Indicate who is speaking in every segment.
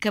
Speaker 1: 各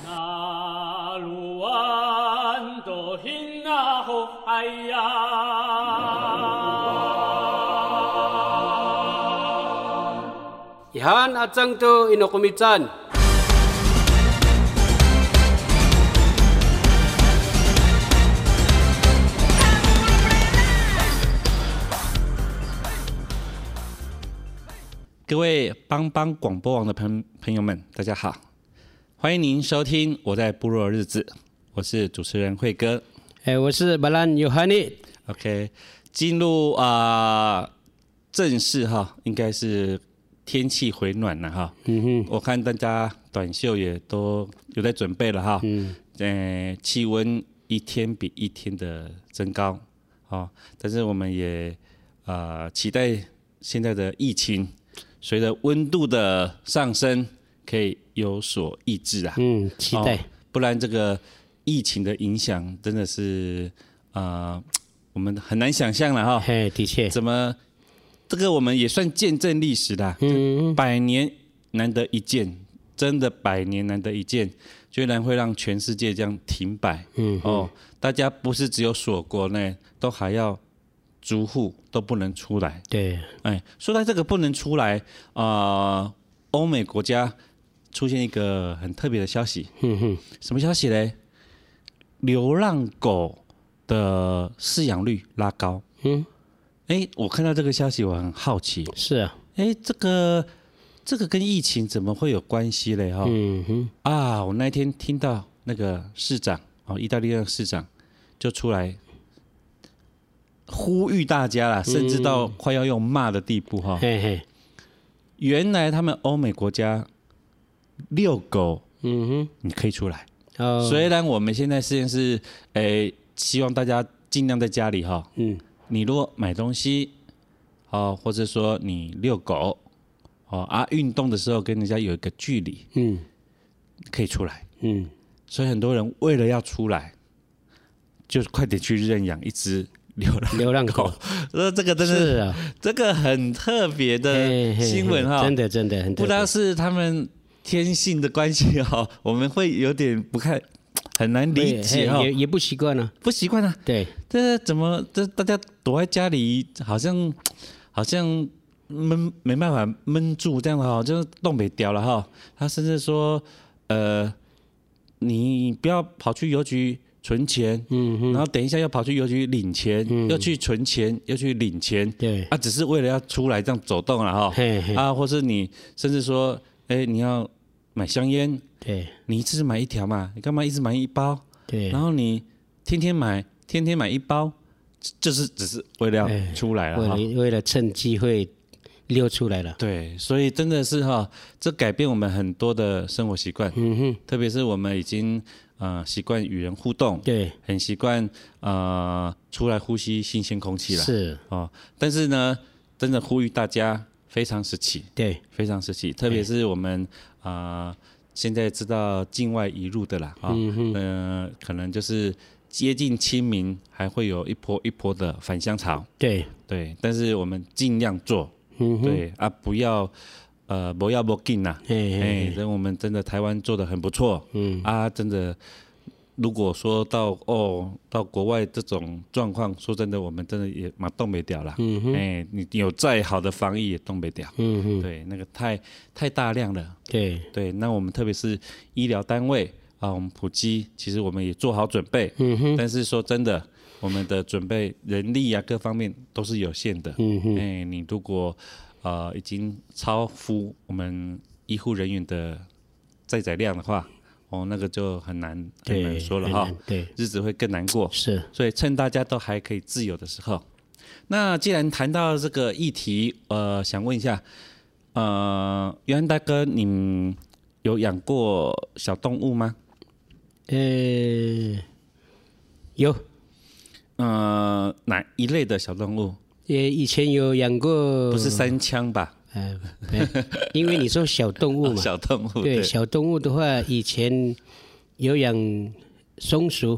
Speaker 2: 那鲁安多hin那吼哎呀。
Speaker 3: Ihan at sang to inokumitsan.
Speaker 4: 各位帮帮广播网的朋朋友们，大家好，欢迎您收听《我在部落的日子》，我是主持人慧哥。
Speaker 3: Eh, wasa balan Yohani.
Speaker 4: OK，进入啊、呃正式哈，应该是天气回暖了哈。嗯哼，我看大家短袖也都有在准备了哈。嗯，呃，气温一天比一天的增高，哦，但是我们也呃期待现在的疫情随着温度的上升可以有所抑制啊。
Speaker 3: 嗯，期待。
Speaker 4: 哦不然这个疫情的影响真的是呃，我们很难想象了哈。
Speaker 3: 嘿，的确，
Speaker 4: 怎么这个我们也算见证历史的啊、
Speaker 3: 嗯，
Speaker 4: 百年难得一见，真的百年难得一见，居然会让全世界这样停摆。嗯哦，大家不是只有锁国内，都还要逐户都不能出来。
Speaker 3: 对，
Speaker 4: 哎，说到这个不能出来啊、呃欧美国家出现一个很特别的消息，
Speaker 3: 哼哼，
Speaker 4: 什么消息嘞？流浪狗的饲养率拉高。
Speaker 3: 嗯，
Speaker 4: 哎，我看到这个消息，我很好奇，
Speaker 3: 是啊，
Speaker 4: 哎，这个这个跟疫情怎么会有关系嘞？哈、
Speaker 3: 嗯哼，
Speaker 4: 啊，我那天听到那个市长哦，意大利的市长就出来呼吁大家啦，甚至到快要用骂的地步哈、
Speaker 3: 嗯嘿嘿，
Speaker 4: 原来他们欧美国家遛狗
Speaker 3: 嗯
Speaker 4: 你可以出来，
Speaker 3: 哼，哦，
Speaker 4: 虽然我们现在实验室，诶、希望大家尽量在家里哈。
Speaker 3: 嗯，
Speaker 4: 你如果买东西，哦，或者说你遛狗，哦啊，运动的时候跟人家有一个距离，
Speaker 3: 嗯
Speaker 4: 可以出来。
Speaker 3: 嗯，
Speaker 4: 所以很多人为了要出来，就快点去认养一只流浪。
Speaker 3: 流浪狗，
Speaker 4: 呃， 这个真
Speaker 3: 是
Speaker 4: 的，
Speaker 3: 啊，
Speaker 4: 这个很特别
Speaker 3: 嘿
Speaker 4: 的
Speaker 3: 嘿嘿
Speaker 4: 新闻哈。
Speaker 3: 真的真的很
Speaker 4: 不
Speaker 3: 特
Speaker 4: 知道是他们天性的关系哦，我们会有点不看，很难
Speaker 3: 别
Speaker 4: 理解
Speaker 3: 嘿
Speaker 4: 哦
Speaker 3: 也，也不习惯啊，
Speaker 4: 不习惯啊。
Speaker 3: 对，
Speaker 4: 这怎么这大家躲在家里，好像好像闷没办法闷住这样的哈，就是冻北掉了哈。他甚至说，呃，你不要跑去邮局存钱，
Speaker 3: 嗯哼，嗯
Speaker 4: 然后等一下要跑去邮局领钱，要去存钱，要去领钱，
Speaker 3: 对，
Speaker 4: 啊，只是为了要出来这样走动了哈。
Speaker 3: 嘿嘿，
Speaker 4: 啊，或是你甚至说，哎、你要买香烟，
Speaker 3: 对
Speaker 4: 你一次买一条嘛，你干嘛一直买一包？
Speaker 3: 对
Speaker 4: 然，后你天天买，天天买一包，就是只是为了
Speaker 3: 哎
Speaker 4: 要出来
Speaker 3: 为
Speaker 4: 了哈。
Speaker 3: 了为了趁机会溜出来了，
Speaker 4: 对，所以真的是哈，这改变我们很多的生活习惯，
Speaker 3: 嗯哼，
Speaker 4: 特别是我们已经呃习惯与人互动，
Speaker 3: 对，
Speaker 4: 很习惯呃出来呼吸新鲜空气了。
Speaker 3: 是，
Speaker 4: 哦，但是呢，真的呼吁大家非常时期，
Speaker 3: 对，
Speaker 4: 非常时期，特别是我们啊、呃现在知道境外移入的啦，啊、嗯呃，可能就是接近清明，还会有一波一波的返乡潮，
Speaker 3: 对，
Speaker 4: 对，但是我们尽量做，
Speaker 3: 嗯哼，
Speaker 4: 对啊，不要呃不要不进呐，
Speaker 3: 嘿嘿
Speaker 4: 哎，那我们真的台湾做的很不错，嗯啊，真的。如果说到哦，到国外这种状况，说真的，我们真的也马动没掉了。嗯哼，哎，你有再好的防疫也动没掉。
Speaker 3: 嗯哼，
Speaker 4: 对，那个太太大量了。
Speaker 3: 对，
Speaker 4: 对，那我们特别是医疗单位啊，我们普及，其实我们也做好准备。嗯哼。但是说真的，我们的准备人力啊，各方面都是有限的。嗯哼。哎，你如果呃已经超乎我们医护人员的载载量的话，哦，那个就很难很
Speaker 3: 对
Speaker 4: 难说了
Speaker 3: 很
Speaker 4: 哈
Speaker 3: 难。对
Speaker 4: 日子会更难过。
Speaker 3: 是，
Speaker 4: 所以趁大家都还可以自由的时候，那既然谈到这个议题，呃，想问一下，呃，袁安大哥，你们有养过小动物吗？
Speaker 3: 呃呃，有，
Speaker 4: 呃哪一类的小动物？
Speaker 3: 也以前有养过，
Speaker 4: 不是三枪吧？
Speaker 3: 呃，哎 因为你说小动物嘛，
Speaker 4: 啊小动物
Speaker 3: 呃对
Speaker 4: 对，
Speaker 3: 小动物的话，以前有养松鼠，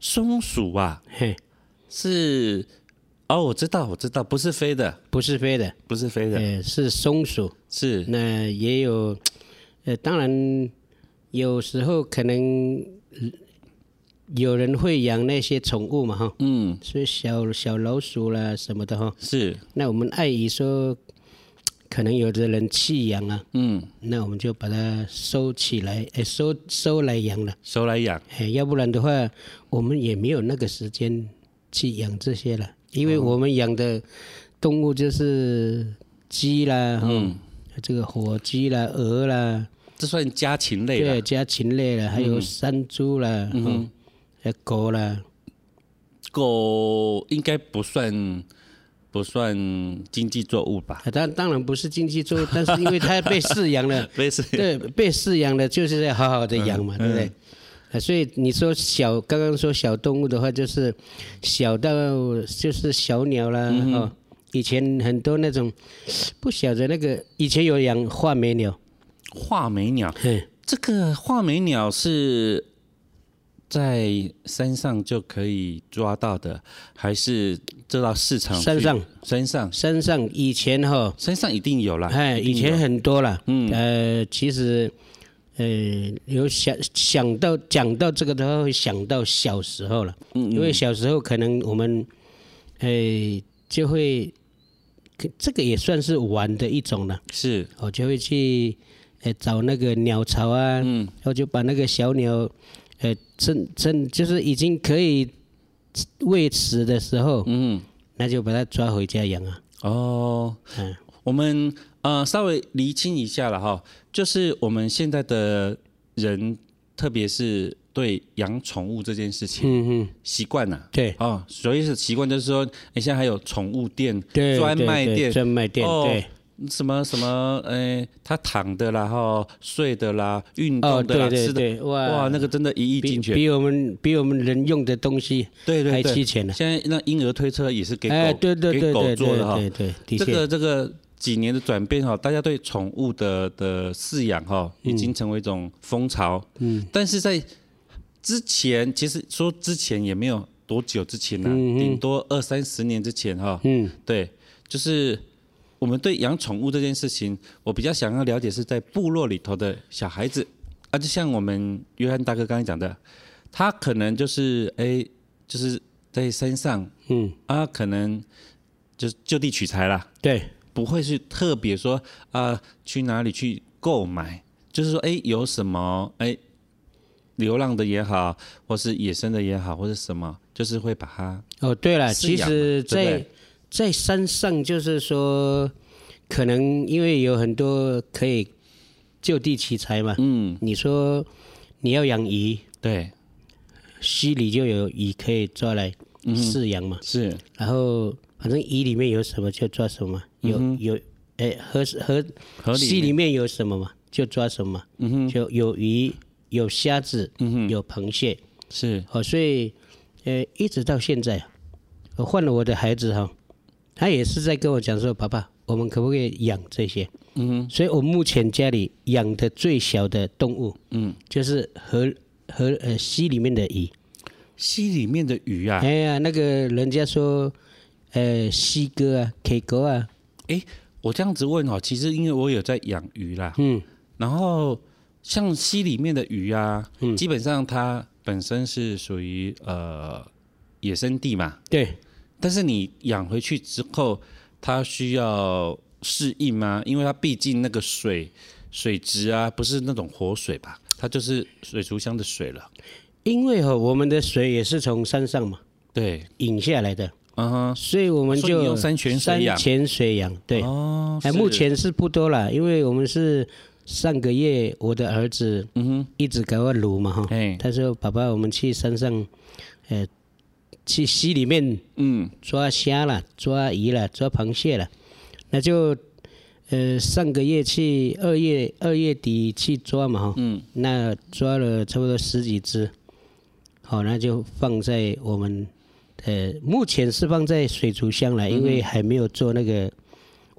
Speaker 4: 松鼠啊，
Speaker 3: 嘿，
Speaker 4: 是哦，我知道，我知道，不是飞的，
Speaker 3: 不是飞的，
Speaker 4: 不是飞的，
Speaker 3: 呃，是松鼠。
Speaker 4: 是
Speaker 3: 那也有，呃，当然有时候可能呃有人会养那些宠物嘛，哈，
Speaker 4: 嗯
Speaker 3: 所以小小老鼠啦什么的哈。
Speaker 4: 是
Speaker 3: 那我们碍于说，可能有的人弃养啊，
Speaker 4: 嗯，
Speaker 3: 那我们就把它收起来，哎，收收来养了，
Speaker 4: 手来养
Speaker 3: 哎，要不然的话，我们也没有那个时间去养这些了，因为我们养的动物就是鸡啦，嗯，这个火鸡啦、鹅啦，
Speaker 4: 这算家禽类
Speaker 3: 对，
Speaker 4: 了，
Speaker 3: 家禽类啦，还有山猪啦，嗯，还有狗啦，
Speaker 4: 狗应该不算不算经济作物吧？
Speaker 3: 啊当当然不是经济作物，但是因为它被饲养了。
Speaker 4: 类似
Speaker 3: 对，被饲养的就是要好好的养嘛，对不对？啊，所以你说小，刚刚说小动物的话，就是小到就是小鸟啦，哦，以前很多那种不晓得那个，以前有养画眉鸟，
Speaker 4: 画眉鸟，
Speaker 3: 嘿，
Speaker 4: 这个画眉鸟是在山上就可以抓到的，还是这到市场去？
Speaker 3: 山上
Speaker 4: 山上
Speaker 3: 山上以前哈、哦，
Speaker 4: 山上一定有啦，
Speaker 3: 哎，
Speaker 4: 啊一定
Speaker 3: 以前
Speaker 4: 有
Speaker 3: 很多啦，嗯，呃，其实。呃，有想想到讲到这个的话，会想到小时候了，
Speaker 4: 嗯
Speaker 3: 因为小时候可能我们，呃，就会，可这个也算是玩的一种了，
Speaker 4: 是
Speaker 3: 我就会去，呃，找那个鸟巢啊，嗯，然后就把那个小鸟，呃，趁趁就是已经可以喂食的时候，
Speaker 4: 嗯
Speaker 3: 那就把它抓回家养啊，
Speaker 4: 哦，
Speaker 3: 嗯，
Speaker 4: 我们呃稍微厘清一下了哈，就是我们现在的人，特别是对养宠物这件事情
Speaker 3: 嗯嗯，
Speaker 4: 习惯了。
Speaker 3: 对。
Speaker 4: 哦，所以是习惯，就是说，你现在还有宠物店、
Speaker 3: 对，
Speaker 4: 专
Speaker 3: 对
Speaker 4: 卖
Speaker 3: 对
Speaker 4: 店、
Speaker 3: 专卖店，
Speaker 4: 哦
Speaker 3: 对，
Speaker 4: 什么什么，哎，他躺的啦，哈，睡的啦，运
Speaker 3: 哦，
Speaker 4: 动的啦，
Speaker 3: 对对
Speaker 4: 吃的，
Speaker 3: 对，哇
Speaker 4: 哇，那个真的，一亿
Speaker 3: 比
Speaker 4: 进全，
Speaker 3: 比我们比我们人用的东西
Speaker 4: 对对
Speaker 3: 还
Speaker 4: 对
Speaker 3: 齐，全呢。
Speaker 4: 现在那婴儿推车也是给狗，
Speaker 3: 哎，对对
Speaker 4: 给
Speaker 3: 对
Speaker 4: 狗
Speaker 3: 对
Speaker 4: 做的哈，
Speaker 3: 对对对，
Speaker 4: 这
Speaker 3: 的确
Speaker 4: 个这个几年的转变哈，大家对宠物的的饲养哈，
Speaker 3: 嗯
Speaker 4: 已经成为一种风潮。嗯，但是在之前，其实说之前也没有多久之前呢、啊
Speaker 3: 嗯嗯
Speaker 4: 顶多二三十年之前哈。
Speaker 3: 嗯，
Speaker 4: 对，就是我们对养宠物这件事情，我比较想要了解是在部落里头的小孩子，啊，就像我们约翰大哥刚才讲的，他可能就是哎，就是在山上，
Speaker 3: 嗯，
Speaker 4: 啊，可能就是就地取材啦，
Speaker 3: 对，
Speaker 4: 不会是特别说啊、去哪里去购买，就是说哎有什么哎流浪的也好，或是野生的也好，或是什么，就是会把它
Speaker 3: 哦，对了，
Speaker 4: 饲
Speaker 3: 其
Speaker 4: 养嘛对
Speaker 3: 实
Speaker 4: 不
Speaker 3: 在，在
Speaker 4: 对
Speaker 3: 山上，就是说，可能因为有很多可以就地取材嘛。
Speaker 4: 嗯
Speaker 3: 你说你要养鱼，
Speaker 4: 对
Speaker 3: 溪里就有鱼可以抓来
Speaker 4: 嗯
Speaker 3: 饲养嘛。
Speaker 4: 是
Speaker 3: 然后反正鱼里面有什么就抓什么，有、
Speaker 4: 嗯
Speaker 3: 有哎河河
Speaker 4: 合理
Speaker 3: 溪里面嗯有什么嘛就抓什么，就有鱼有虾子，有螃蟹，
Speaker 4: 是
Speaker 3: 哦，所以呃一直到现在，我换了我的孩子哈、他也是在跟我讲说，爸爸，我们可不可以养这些？嗯，所以我目前家里养的最小的动物，嗯，就是河河呃溪里面的鱼，
Speaker 4: 溪里面的鱼啊，
Speaker 3: 哎呀，那个人家说，呃，西哥啊，K 哥啊，
Speaker 4: 哎，我这样子问哦，其实因为我有在养鱼啦，
Speaker 3: 嗯，
Speaker 4: 然后像溪里面的鱼啊，基本上它本身是属于呃野生地嘛，
Speaker 3: 对，
Speaker 4: 但是你养回去之后，它需要适应吗？因为它毕竟那个水水质啊，不是那种活水吧，它就是水族箱的水了。
Speaker 3: 因为哈、我们的水也是从山上嘛
Speaker 4: 对，
Speaker 3: 引下来的，
Speaker 4: 嗯哼，
Speaker 3: 所以我们
Speaker 4: 所以
Speaker 3: 就
Speaker 4: 你用山泉水养
Speaker 3: 山泉水养，对，
Speaker 4: 哦，
Speaker 3: 哎，
Speaker 4: 是
Speaker 3: 目前是不多啦，因为我们是上个月我的儿子，嗯哼，一直给我撸嘛哈
Speaker 4: 哎，
Speaker 3: 他说爸爸，我们去山上，呃，去溪里面
Speaker 4: 嗯
Speaker 3: 抓虾啦，抓鱼啦，抓螃蟹啦，那就呃上个月去二月二月底去抓嘛哈，
Speaker 4: 嗯，
Speaker 3: 那抓了差不多十几只，好，那就放在我们呃，目前是放在水族箱了，
Speaker 4: 嗯
Speaker 3: 因为还没有做那个，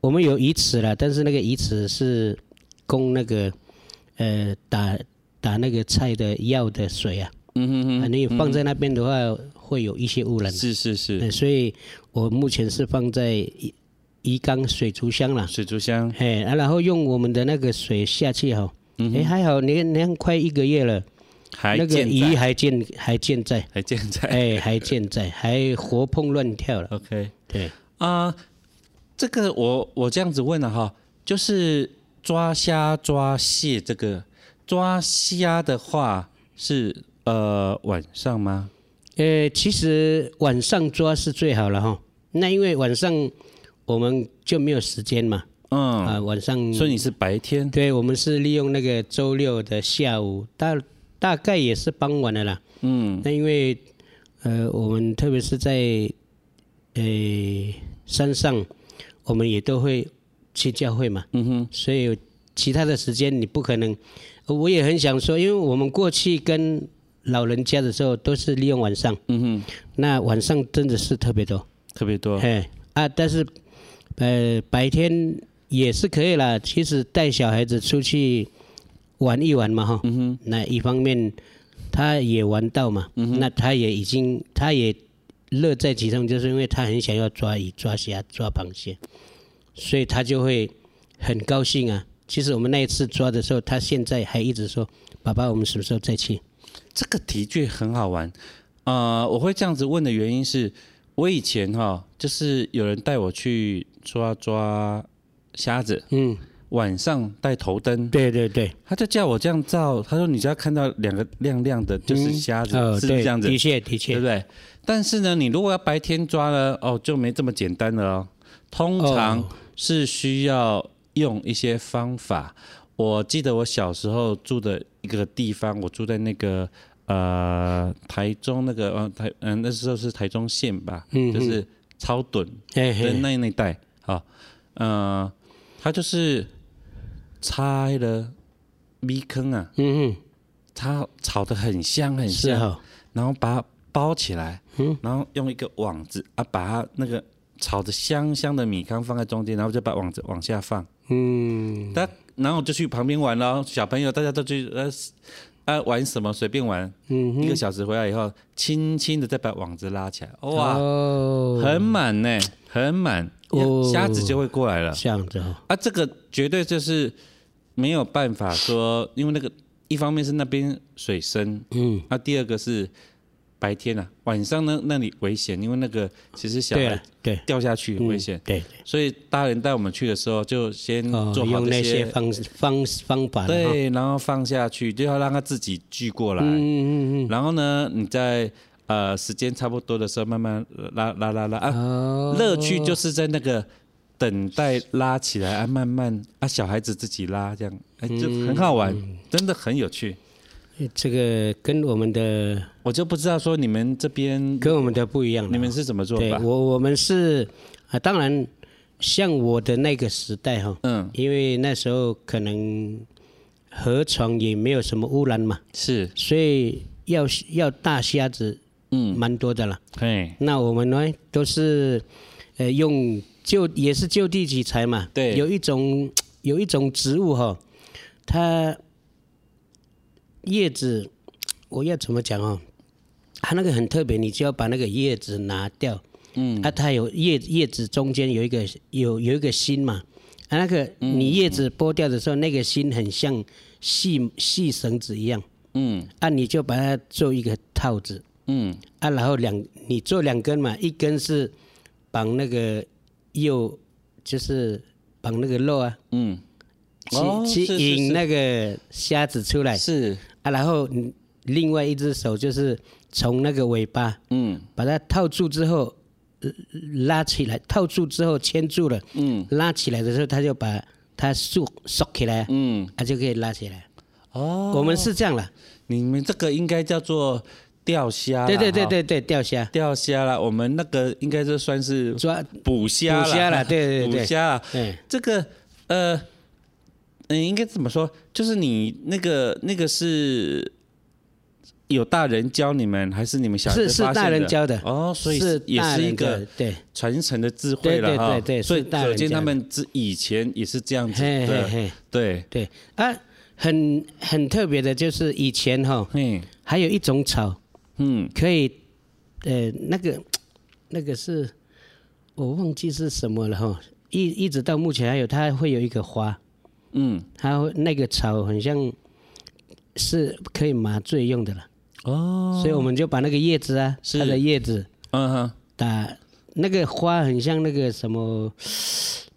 Speaker 3: 我们有鱼池了，但是那个鱼池是供那个呃打打那个菜的药的水啊，
Speaker 4: 嗯哼嗯
Speaker 3: 啊
Speaker 4: 哼，
Speaker 3: 你放在那边的话会有一些污染的，
Speaker 4: 是是是，
Speaker 3: 呃所以我目前是放在鱼鱼缸水族箱了。
Speaker 4: 水族箱，
Speaker 3: 哎、啊然后用我们的那个水下去哈、哎、还好，你看，你看，快一个月了，
Speaker 4: 嗯还
Speaker 3: 那个
Speaker 4: 健
Speaker 3: 鱼
Speaker 4: 在，
Speaker 3: 还健还 健在，
Speaker 4: 还健在，
Speaker 3: 哎，还健在，还活蹦乱跳了。
Speaker 4: OK
Speaker 3: 对，
Speaker 4: 啊、这个我我这样子问了啊哈，就是抓虾抓蟹这个抓虾的话是呃晚上吗？
Speaker 3: 呃，其实晚上抓是最好了哈、那因为晚上我们就没有时间嘛，
Speaker 4: 嗯，
Speaker 3: 啊，晚上，
Speaker 4: 所以你是白天
Speaker 3: 对我们是利用那个周六的下午，大大概也是傍晚的啦。
Speaker 4: 嗯，
Speaker 3: 那因为呃，我们特别是在呃山上，我们也都会去教会嘛，嗯哼，所以其他的时间你不可能。呃我也很想说，因为我们过去跟老人家的时候都是利用晚上，
Speaker 4: 嗯哼，
Speaker 3: 那晚上真的是特别多，
Speaker 4: 特别多，
Speaker 3: 哎、啊，但是呃白天也是可以啦。其实带小孩子出去玩一玩嘛，哈、那一方面他也玩到嘛，那他也已经他也乐在其中，就是因为他很想要抓鱼、抓虾、抓螃蟹，所以他就会很高兴啊。其实我们那一次抓的时候，他现在还一直说：“爸爸，我们什么时候再去
Speaker 4: 这个的确很好玩。啊！我会这样子问的原因是，我以前哈、就是有人带我去抓抓虾子，？”
Speaker 3: 嗯，
Speaker 4: 晚上带头灯，
Speaker 3: 对对对，
Speaker 4: 他就叫我这样照，他说你只要看到两个亮亮的，就是虾子，
Speaker 3: 哦，
Speaker 4: 是不是
Speaker 3: 对，
Speaker 4: 这样子？
Speaker 3: 的确的
Speaker 4: 嗯呃对
Speaker 3: 确
Speaker 4: 不，对？但是呢，你如果要白天抓呢，哦，就没这么简单了哦。通常
Speaker 3: 哦
Speaker 4: 是需要用一些方法。我记得我小时候住的一个地方，我住在那个呃台中那个呃台嗯、那时候是台中县吧，
Speaker 3: 嗯
Speaker 4: 就是超屯
Speaker 3: 哎
Speaker 4: 的
Speaker 3: 嘿，
Speaker 4: 那那一带啊，呃，他就是拆了米坑啊，
Speaker 3: 嗯
Speaker 4: 它炒的很香很
Speaker 3: 嗯，是
Speaker 4: 香，
Speaker 3: 哈。
Speaker 4: 然后把它包起来，然后用一个网子啊，把它那个炒的香香的米糠放在中间，然后就把网子往下放。嗯，但然后就去旁边玩咯，小朋友大家都去呃啊玩什么随便玩。嗯，一个小时回来以后，轻轻的再把网子拉起来，哇，
Speaker 3: 哦，
Speaker 4: 很满呢，很满，
Speaker 3: 哦
Speaker 4: 虾子就会过来了。
Speaker 3: 这样子哦，
Speaker 4: 啊，这个绝对就是没有办法说，因为那个一方面是那边水深，嗯，那、第二个是白天啊，晚上呢那里危险，因为那个其实小
Speaker 3: 对
Speaker 4: 孩
Speaker 3: 啊，对，
Speaker 4: 掉下去嗯很危险，
Speaker 3: 对，
Speaker 4: 所以大人带我们去的时候就先
Speaker 3: 哦，
Speaker 4: 嗯做好
Speaker 3: 用
Speaker 4: 这
Speaker 3: 那
Speaker 4: 啊些，
Speaker 3: 些方方方法了哈，
Speaker 4: 对，然后放下去，就要让它自己聚过来，
Speaker 3: 嗯嗯
Speaker 4: 然后呢你在。呃，时间差不多的时候，慢慢拉拉拉拉啊，
Speaker 3: 嗯，
Speaker 4: 乐趣就是在那个等待拉起来啊，慢慢啊，小孩子自己拉这样，哎，就很好玩，真的很有趣。
Speaker 3: 哦，这个跟我们的
Speaker 4: 我就不知道说你们这边
Speaker 3: 跟我们的不一样了哈，
Speaker 4: 你们是怎么做
Speaker 3: 对
Speaker 4: 吧？
Speaker 3: 我我们是啊，当然像我的那个时代哈，
Speaker 4: 嗯，
Speaker 3: 因为那时候可能河床也没有什么污染嘛，
Speaker 4: 是，
Speaker 3: 所以要要大虾子
Speaker 4: 嗯，
Speaker 3: 蛮多的啦。
Speaker 4: 嘿，
Speaker 3: 那我们呢都是呃用就也是就地取材嘛。
Speaker 4: 对
Speaker 3: 有一种有一种植物哈、它叶子我要怎么讲哦？它那个很特别，你就要把那个叶子拿掉。
Speaker 4: 嗯，
Speaker 3: 啊，它有叶叶子中间有一个有有一个心嘛，啊，那个
Speaker 4: 嗯
Speaker 3: 你叶子剥掉的时候，那个心很像细细绳子一样，
Speaker 4: 嗯
Speaker 3: 啊，你就把它做一个套子，
Speaker 4: 嗯，
Speaker 3: 啊，然后两你做两根嘛，一根是绑那个右，就是绑那个肉啊，
Speaker 4: 嗯，
Speaker 3: 去、
Speaker 4: 哦
Speaker 3: 去
Speaker 4: 是是
Speaker 3: 引
Speaker 4: 是
Speaker 3: 那个虾子出来
Speaker 4: 是，
Speaker 3: 啊，然后你另外一只手就是从那个尾巴
Speaker 4: 嗯
Speaker 3: 把它套住之后、呃拉起来，套住之后牵住了，
Speaker 4: 嗯
Speaker 3: 拉起来的时候它就把它束束起来，
Speaker 4: 嗯，
Speaker 3: 啊就可以拉起来。
Speaker 4: 哦，
Speaker 3: 我们是这样了，
Speaker 4: 你们这个应该叫做钓虾啦，
Speaker 3: 对对对
Speaker 4: 哈，
Speaker 3: 对对，钓虾
Speaker 4: 钓虾啦，我们那个应该就算是
Speaker 3: 抓，
Speaker 4: 捕虾啦，
Speaker 3: 捕虾啦对对对
Speaker 4: 捕虾啦，
Speaker 3: 嗯，
Speaker 4: 这个呃，嗯，应该怎么说？就是你那个那个是有大人教你们，还是你们小孩
Speaker 3: 是
Speaker 4: 子
Speaker 3: 是
Speaker 4: 发现
Speaker 3: 大人教的
Speaker 4: 哦，所以
Speaker 3: 是
Speaker 4: 也
Speaker 3: 大
Speaker 4: 是一
Speaker 3: 人教
Speaker 4: 个
Speaker 3: 的对
Speaker 4: 传承的智慧了
Speaker 3: 对对
Speaker 4: 哈
Speaker 3: 对对
Speaker 4: 所以
Speaker 3: 是大人
Speaker 4: 可见
Speaker 3: 教的
Speaker 4: 他们之以前也是这样子
Speaker 3: 嘿嘿
Speaker 4: 的，
Speaker 3: 嘿，
Speaker 4: 对，
Speaker 3: 对啊，很很特别的就是以前哈、
Speaker 4: 嘿，
Speaker 3: 还有一种草
Speaker 4: 嗯，
Speaker 3: 可以，呃，那个那个是我忘记是什么了哈、一一直到目前还有它会有一个花，
Speaker 4: 嗯，
Speaker 3: 它会那个草很像是可以麻醉用的了，
Speaker 4: 哦，
Speaker 3: 所以我们就把那个叶子啊，
Speaker 4: 是
Speaker 3: 它的叶子
Speaker 4: 嗯哼，
Speaker 3: 打那个花，很像那个什么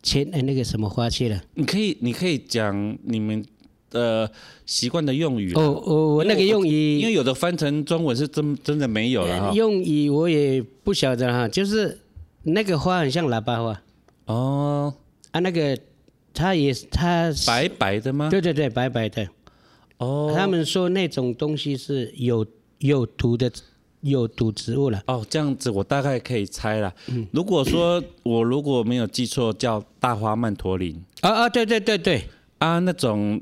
Speaker 3: 前哎那个什么花去了。
Speaker 4: 你可以，你可以讲你们呃习惯的用语啦
Speaker 3: 哦，我我那个用语
Speaker 4: 因为有的翻成中文是真真的没有了哈。
Speaker 3: 用语我也不晓得哈，就是那个花很像喇叭花
Speaker 4: 哦，
Speaker 3: 啊，那个它也是它是
Speaker 4: 白白的吗？
Speaker 3: 对对对，白白的。
Speaker 4: 哦，
Speaker 3: 他们说那种东西是有有毒的有毒植物了。
Speaker 4: 哦，这样子我大概可以猜了。
Speaker 3: 嗯
Speaker 4: 如果说我如果没有记错，叫大花曼陀林
Speaker 3: 啊啊，对对对对，
Speaker 4: 啊，那种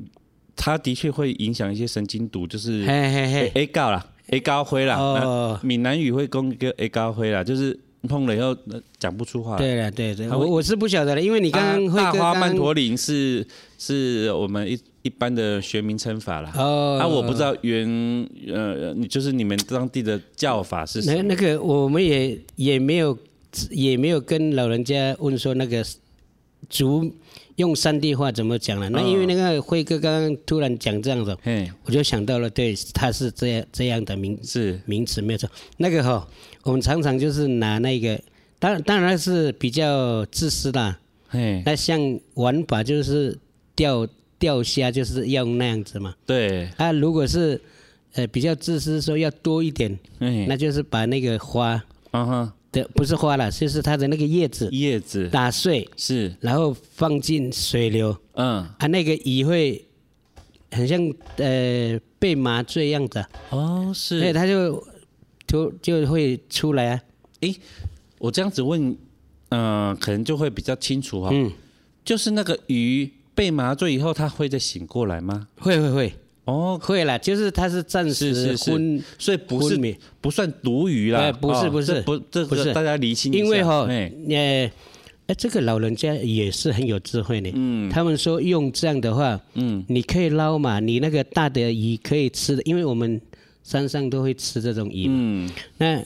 Speaker 4: 它的确会影响一些神经毒，就是哎 A
Speaker 3: 嘿嘿嘿，
Speaker 4: A 高啦，A 高灰啦，
Speaker 3: 哦
Speaker 4: 那闽南语会供一个 A 高灰啦，就是碰了以后呃讲不出话来。
Speaker 3: 对了对对，
Speaker 4: 他会
Speaker 3: 我我是不晓得了，因为你刚刚
Speaker 4: 啊
Speaker 3: 会
Speaker 4: 大
Speaker 3: 跟
Speaker 4: 花
Speaker 3: 刚
Speaker 4: 曼陀林是是我们一一般的学名称法啦。
Speaker 3: 哦，
Speaker 4: 啊，我不知道原呃，你就是你们当地的叫法是什
Speaker 3: 那
Speaker 4: 么？
Speaker 3: 那个我们也也没有也没有跟老人家问说那个竹用山地话怎么讲了。那因为那个辉哥刚刚突然讲这样子，
Speaker 4: 嘿，
Speaker 3: 我就想到了，对，它是这样这样的名
Speaker 4: 是
Speaker 3: 名词没有错。那个哈、我们常常就是拿那个，当当然是比较自私啦。
Speaker 4: 嘿，
Speaker 3: 那像玩法就是钓钓虾，就是要那样子嘛。
Speaker 4: 对，
Speaker 3: 啊，如果是呃比较自私，说要多一点，
Speaker 4: 嘿，
Speaker 3: 那就是把那个花
Speaker 4: 啊哈，
Speaker 3: 的不是花啦，就是它的那个叶子
Speaker 4: 叶子
Speaker 3: 打碎，
Speaker 4: 是，
Speaker 3: 然后放进水流
Speaker 4: 嗯，
Speaker 3: 啊，那个鱼会很像呃被麻醉样子啊、
Speaker 4: 哦，
Speaker 3: 所以
Speaker 4: 是，
Speaker 3: 它就就就会出来啊。
Speaker 4: 诶，我这样子问，嗯，可能就会比较清楚哈。
Speaker 3: 嗯，
Speaker 4: 就是那个鱼被麻醉以后，它会再醒过来吗？
Speaker 3: 会会会
Speaker 4: 哦，
Speaker 3: 会啦，就是它是暂
Speaker 4: 是
Speaker 3: 时
Speaker 4: 是是
Speaker 3: 昏，
Speaker 4: 所以不
Speaker 3: 昏迷
Speaker 4: 是不算毒鱼啦，
Speaker 3: 哎不是
Speaker 4: 哦
Speaker 3: 不是
Speaker 4: 这不这
Speaker 3: 不
Speaker 4: 个
Speaker 3: 是
Speaker 4: 大家厘清一下，
Speaker 3: 因为哈、
Speaker 4: 嘿
Speaker 3: 呃，哎，这个老人家也是很有智慧呢。嗯，他们说用这样的话，嗯，你可以捞嘛，你那个大的鱼可以吃的，因为我们山上都会吃这种鱼嘛。
Speaker 4: 嗯，
Speaker 3: 那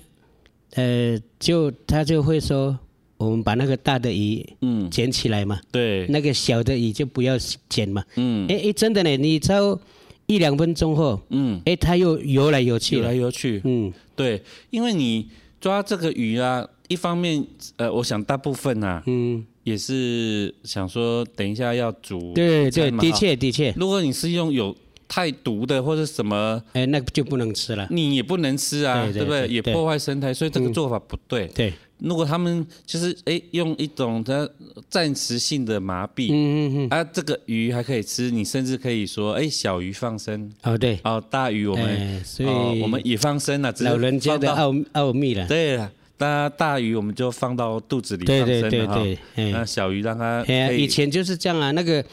Speaker 3: 呃，就他就会说，我们把那个大的鱼
Speaker 4: 嗯
Speaker 3: 捡起来嘛，
Speaker 4: 对，
Speaker 3: 那个小的鱼就不要捡嘛。
Speaker 4: 嗯
Speaker 3: 哎哎，真的呢，你超一两分钟后，
Speaker 4: 嗯，
Speaker 3: 哎，它又游来游去
Speaker 4: 游
Speaker 3: 了
Speaker 4: 来。游去，
Speaker 3: 嗯，
Speaker 4: 对，因为你抓这个鱼啊，一方面，呃，我想大部分啊，嗯，也是想说等一下要煮，
Speaker 3: 对对，
Speaker 4: 哦嘛
Speaker 3: 的
Speaker 4: 哈
Speaker 3: 确的确，
Speaker 4: 如果你是用有太毒的或者什么，
Speaker 3: 哎，那就不能吃了。
Speaker 4: 你也不能吃啊，
Speaker 3: 对对
Speaker 4: 不对？
Speaker 3: 对嗯
Speaker 4: 也
Speaker 3: 对
Speaker 4: 破坏生态，所以这个做法不对。
Speaker 3: 对，
Speaker 4: 如果他们就是哎用一种的暂时性的麻痹，
Speaker 3: 嗯嗯嗯，
Speaker 4: 啊，这个鱼还可以吃，你甚至可以说哎小鱼放生，
Speaker 3: 哦对，
Speaker 4: 哦大鱼我们、
Speaker 3: 哎所以
Speaker 4: 哦我们也放生了、只是
Speaker 3: 老人家的
Speaker 4: 放到
Speaker 3: 奥奥秘了。
Speaker 4: 对了，那大鱼我们就放到肚子里放
Speaker 3: 哎对
Speaker 4: 生
Speaker 3: 对
Speaker 4: 了
Speaker 3: 对
Speaker 4: 哈
Speaker 3: 对哎
Speaker 4: 那小鱼让它
Speaker 3: 哎呀，
Speaker 4: 可以
Speaker 3: 以前就是这样啊，那个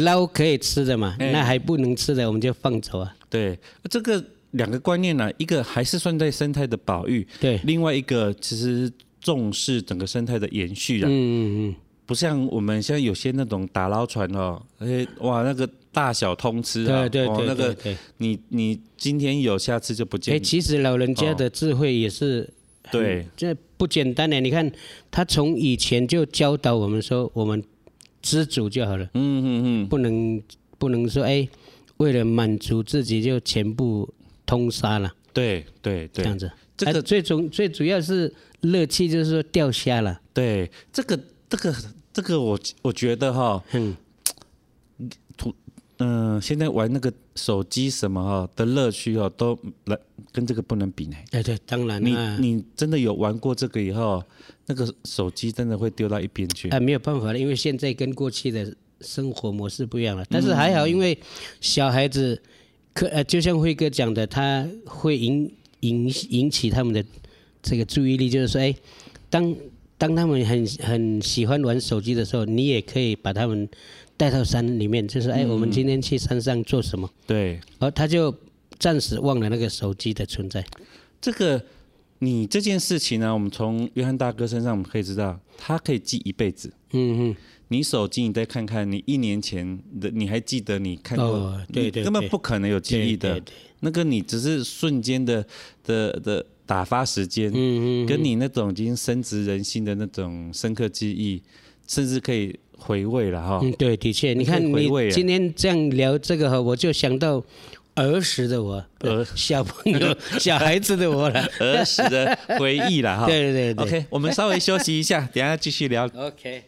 Speaker 3: 捞可以吃的嘛，
Speaker 4: 哎
Speaker 3: 那还不能吃的我们就放走啊。
Speaker 4: 对这个两个观念呢、一个还是算在生态的保育，
Speaker 3: 对，
Speaker 4: 另外一个其实重视整个生态的延续啊，
Speaker 3: 嗯嗯
Speaker 4: 不像我们现在有些那种打捞船哦，哎哇那个大小通吃
Speaker 3: 嗯，
Speaker 4: 啊，
Speaker 3: 对对
Speaker 4: 哦、那
Speaker 3: 对对
Speaker 4: 个
Speaker 3: 对。
Speaker 4: 你你今天有，下次就不见
Speaker 3: 哎，
Speaker 4: 了。
Speaker 3: 其实老人家的智慧也是很
Speaker 4: 哦对，
Speaker 3: 这不简单的。你看，他从以前就教导我们说，我们知足就好了，
Speaker 4: 嗯嗯嗯，
Speaker 3: 不能不能说哎，为了满足自己就全部通杀了
Speaker 4: 对对
Speaker 3: 这
Speaker 4: 对
Speaker 3: 样，子。
Speaker 4: 这
Speaker 3: 啊
Speaker 4: 个
Speaker 3: 最主最主要是乐趣，就是说钓虾了。
Speaker 4: 对，这个这个这个我我觉得哈，
Speaker 3: 嗯，
Speaker 4: 嗯、现在玩那个手机什么哈的乐趣哦，都来跟这个不能比呢。
Speaker 3: 哎，对，当然
Speaker 4: 你
Speaker 3: 啊，
Speaker 4: 你真的有玩过这个以后，那个手机真的会丢到一边去。
Speaker 3: 啊没有办法了，因为现在跟过去的生活模式不一样了。但是还好，因为小孩子可呃，就像辉哥讲的，他会引引引起他们的这个注意力，就是说，哎，当当他们很很喜欢玩手机的时候，你也可以把他嗯们带到山里面，就是哎，我们今天去山上做什么？
Speaker 4: 对，
Speaker 3: 然后他就暂时忘了那个手机的存在。
Speaker 4: 这个你这件事情呢，我们从约翰大哥身上我们可以知道，他可以记一辈子。
Speaker 3: 嗯嗯，
Speaker 4: 你手机，你再看看，你一年前的你还记得你看过？
Speaker 3: 哦对对
Speaker 4: 你根本
Speaker 3: 对
Speaker 4: 不可能有记忆的
Speaker 3: 对对。对
Speaker 4: 那个你只是瞬间的的的打发时间，
Speaker 3: 嗯嗯，
Speaker 4: 跟你那种已经深植人心的那种深刻记忆，甚至可以回味了哈。
Speaker 3: 嗯，对，的确，你看
Speaker 4: 可以回
Speaker 3: 你
Speaker 4: 味啊
Speaker 3: 今天这样聊这个哈，我就想到儿时的我，呃
Speaker 4: 儿
Speaker 3: 小 朋友、小孩子的我了。
Speaker 4: 儿时的回忆了哈。
Speaker 3: 对对对
Speaker 4: OK，我们稍微休息一下，等一下继续聊。
Speaker 3: OK，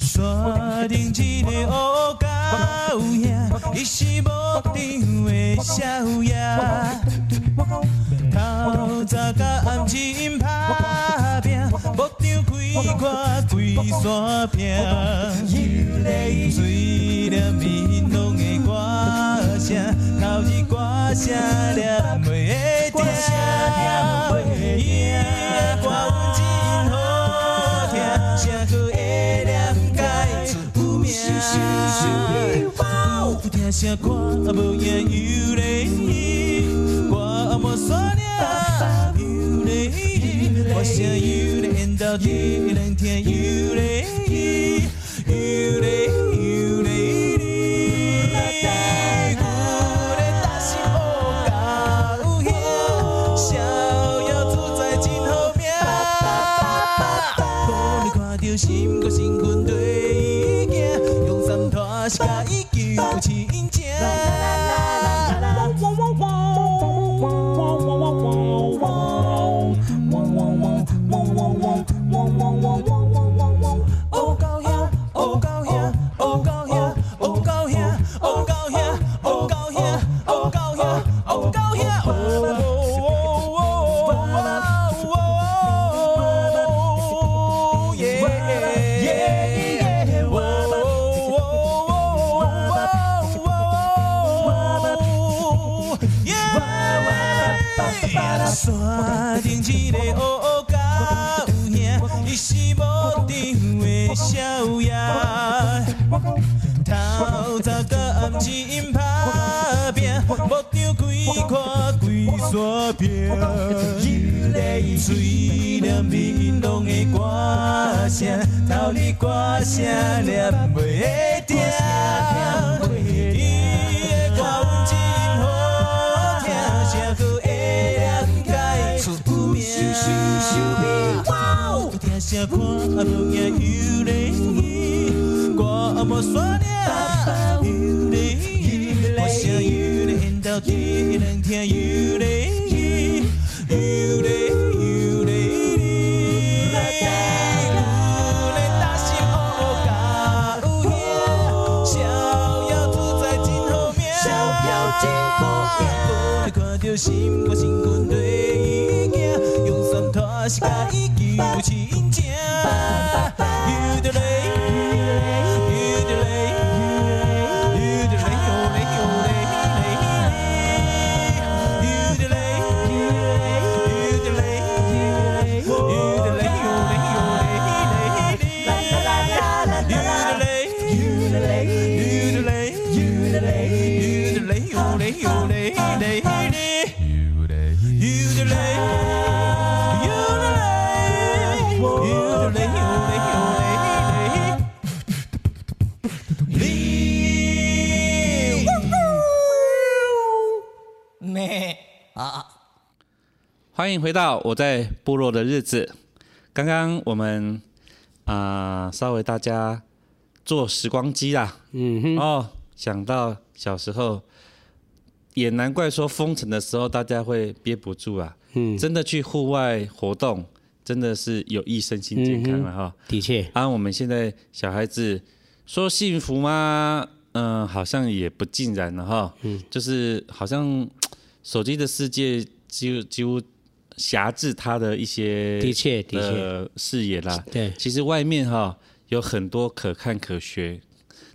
Speaker 5: 山顶一个乌狗兄，伊是无定的少爷，透早甲暗时打拼，无张开我规山拼。虽然闽拢的歌声，头日歌声念袂停，伊的歌阮真好听，谁搁会念解有名？有听声歌啊无影有泪，我啊无山岭有泪，我声有泪缘到底能听有泪，有泪有泪。心搁身躯对伊行，用三拖是甲伊求亲情。山顶一个乌狗兄，伊是无定的少爷，头早到暗时因打拼，无张开看规山平。虽然闽拢的歌声，头日歌声念袂停。伊的歌阮真好听，谁搁会念解有名？有听声歌啊，无影有泪，歌啊无山岭有泪，无声有泪缘到底能听有泪，有泪有泪。有泪打心哦，有兄，逍遥自在真好命，逍遥真好命。看着心肝心肝对伊行，用三拖是甲伊求亲情。有着泪，有着泪，有着泪，有泪有泪泪，有着泪，有着泪，有着泪有泪有泪泪。
Speaker 4: 欢迎回到我在部落的日子。刚刚我们啊、稍微大家坐时光机啦，
Speaker 3: 嗯哼，
Speaker 4: 哦，想到小时候，也难怪说封城的时候大家会憋不住啊。
Speaker 3: 嗯，
Speaker 4: 真的去户外活动，真的是有益身心
Speaker 3: 嗯
Speaker 4: 健康了哈。
Speaker 3: 的确，
Speaker 4: 啊，我们现在小孩子说幸福吗？嗯、好像也不尽然了哈。嗯，就是好像手机的世界几乎几乎辖制他的一些
Speaker 3: 的确的确
Speaker 4: 呃视野啦。
Speaker 3: 对
Speaker 4: 其实外面哈有很多可看可学，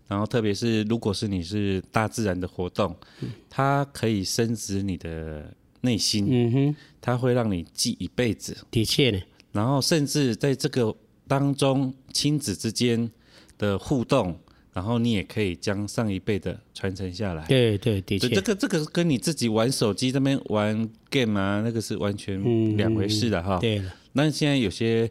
Speaker 4: 然后特别是如果是你是大自然的活动，
Speaker 3: 嗯
Speaker 4: 它可以深植你的内心，
Speaker 3: 嗯哼，
Speaker 4: 它会让你记一辈子。
Speaker 3: 的确呢，
Speaker 4: 然后甚至在这个当中，亲子之间的互动，然后你也可以将上一辈的传承下来。
Speaker 3: 对对的
Speaker 4: 这
Speaker 3: 确，
Speaker 4: 这个这个跟你自己玩手机那边玩 game 啊，那个是完全
Speaker 3: 嗯
Speaker 4: 两回事的哈。
Speaker 3: 对了，
Speaker 4: 那现在有些，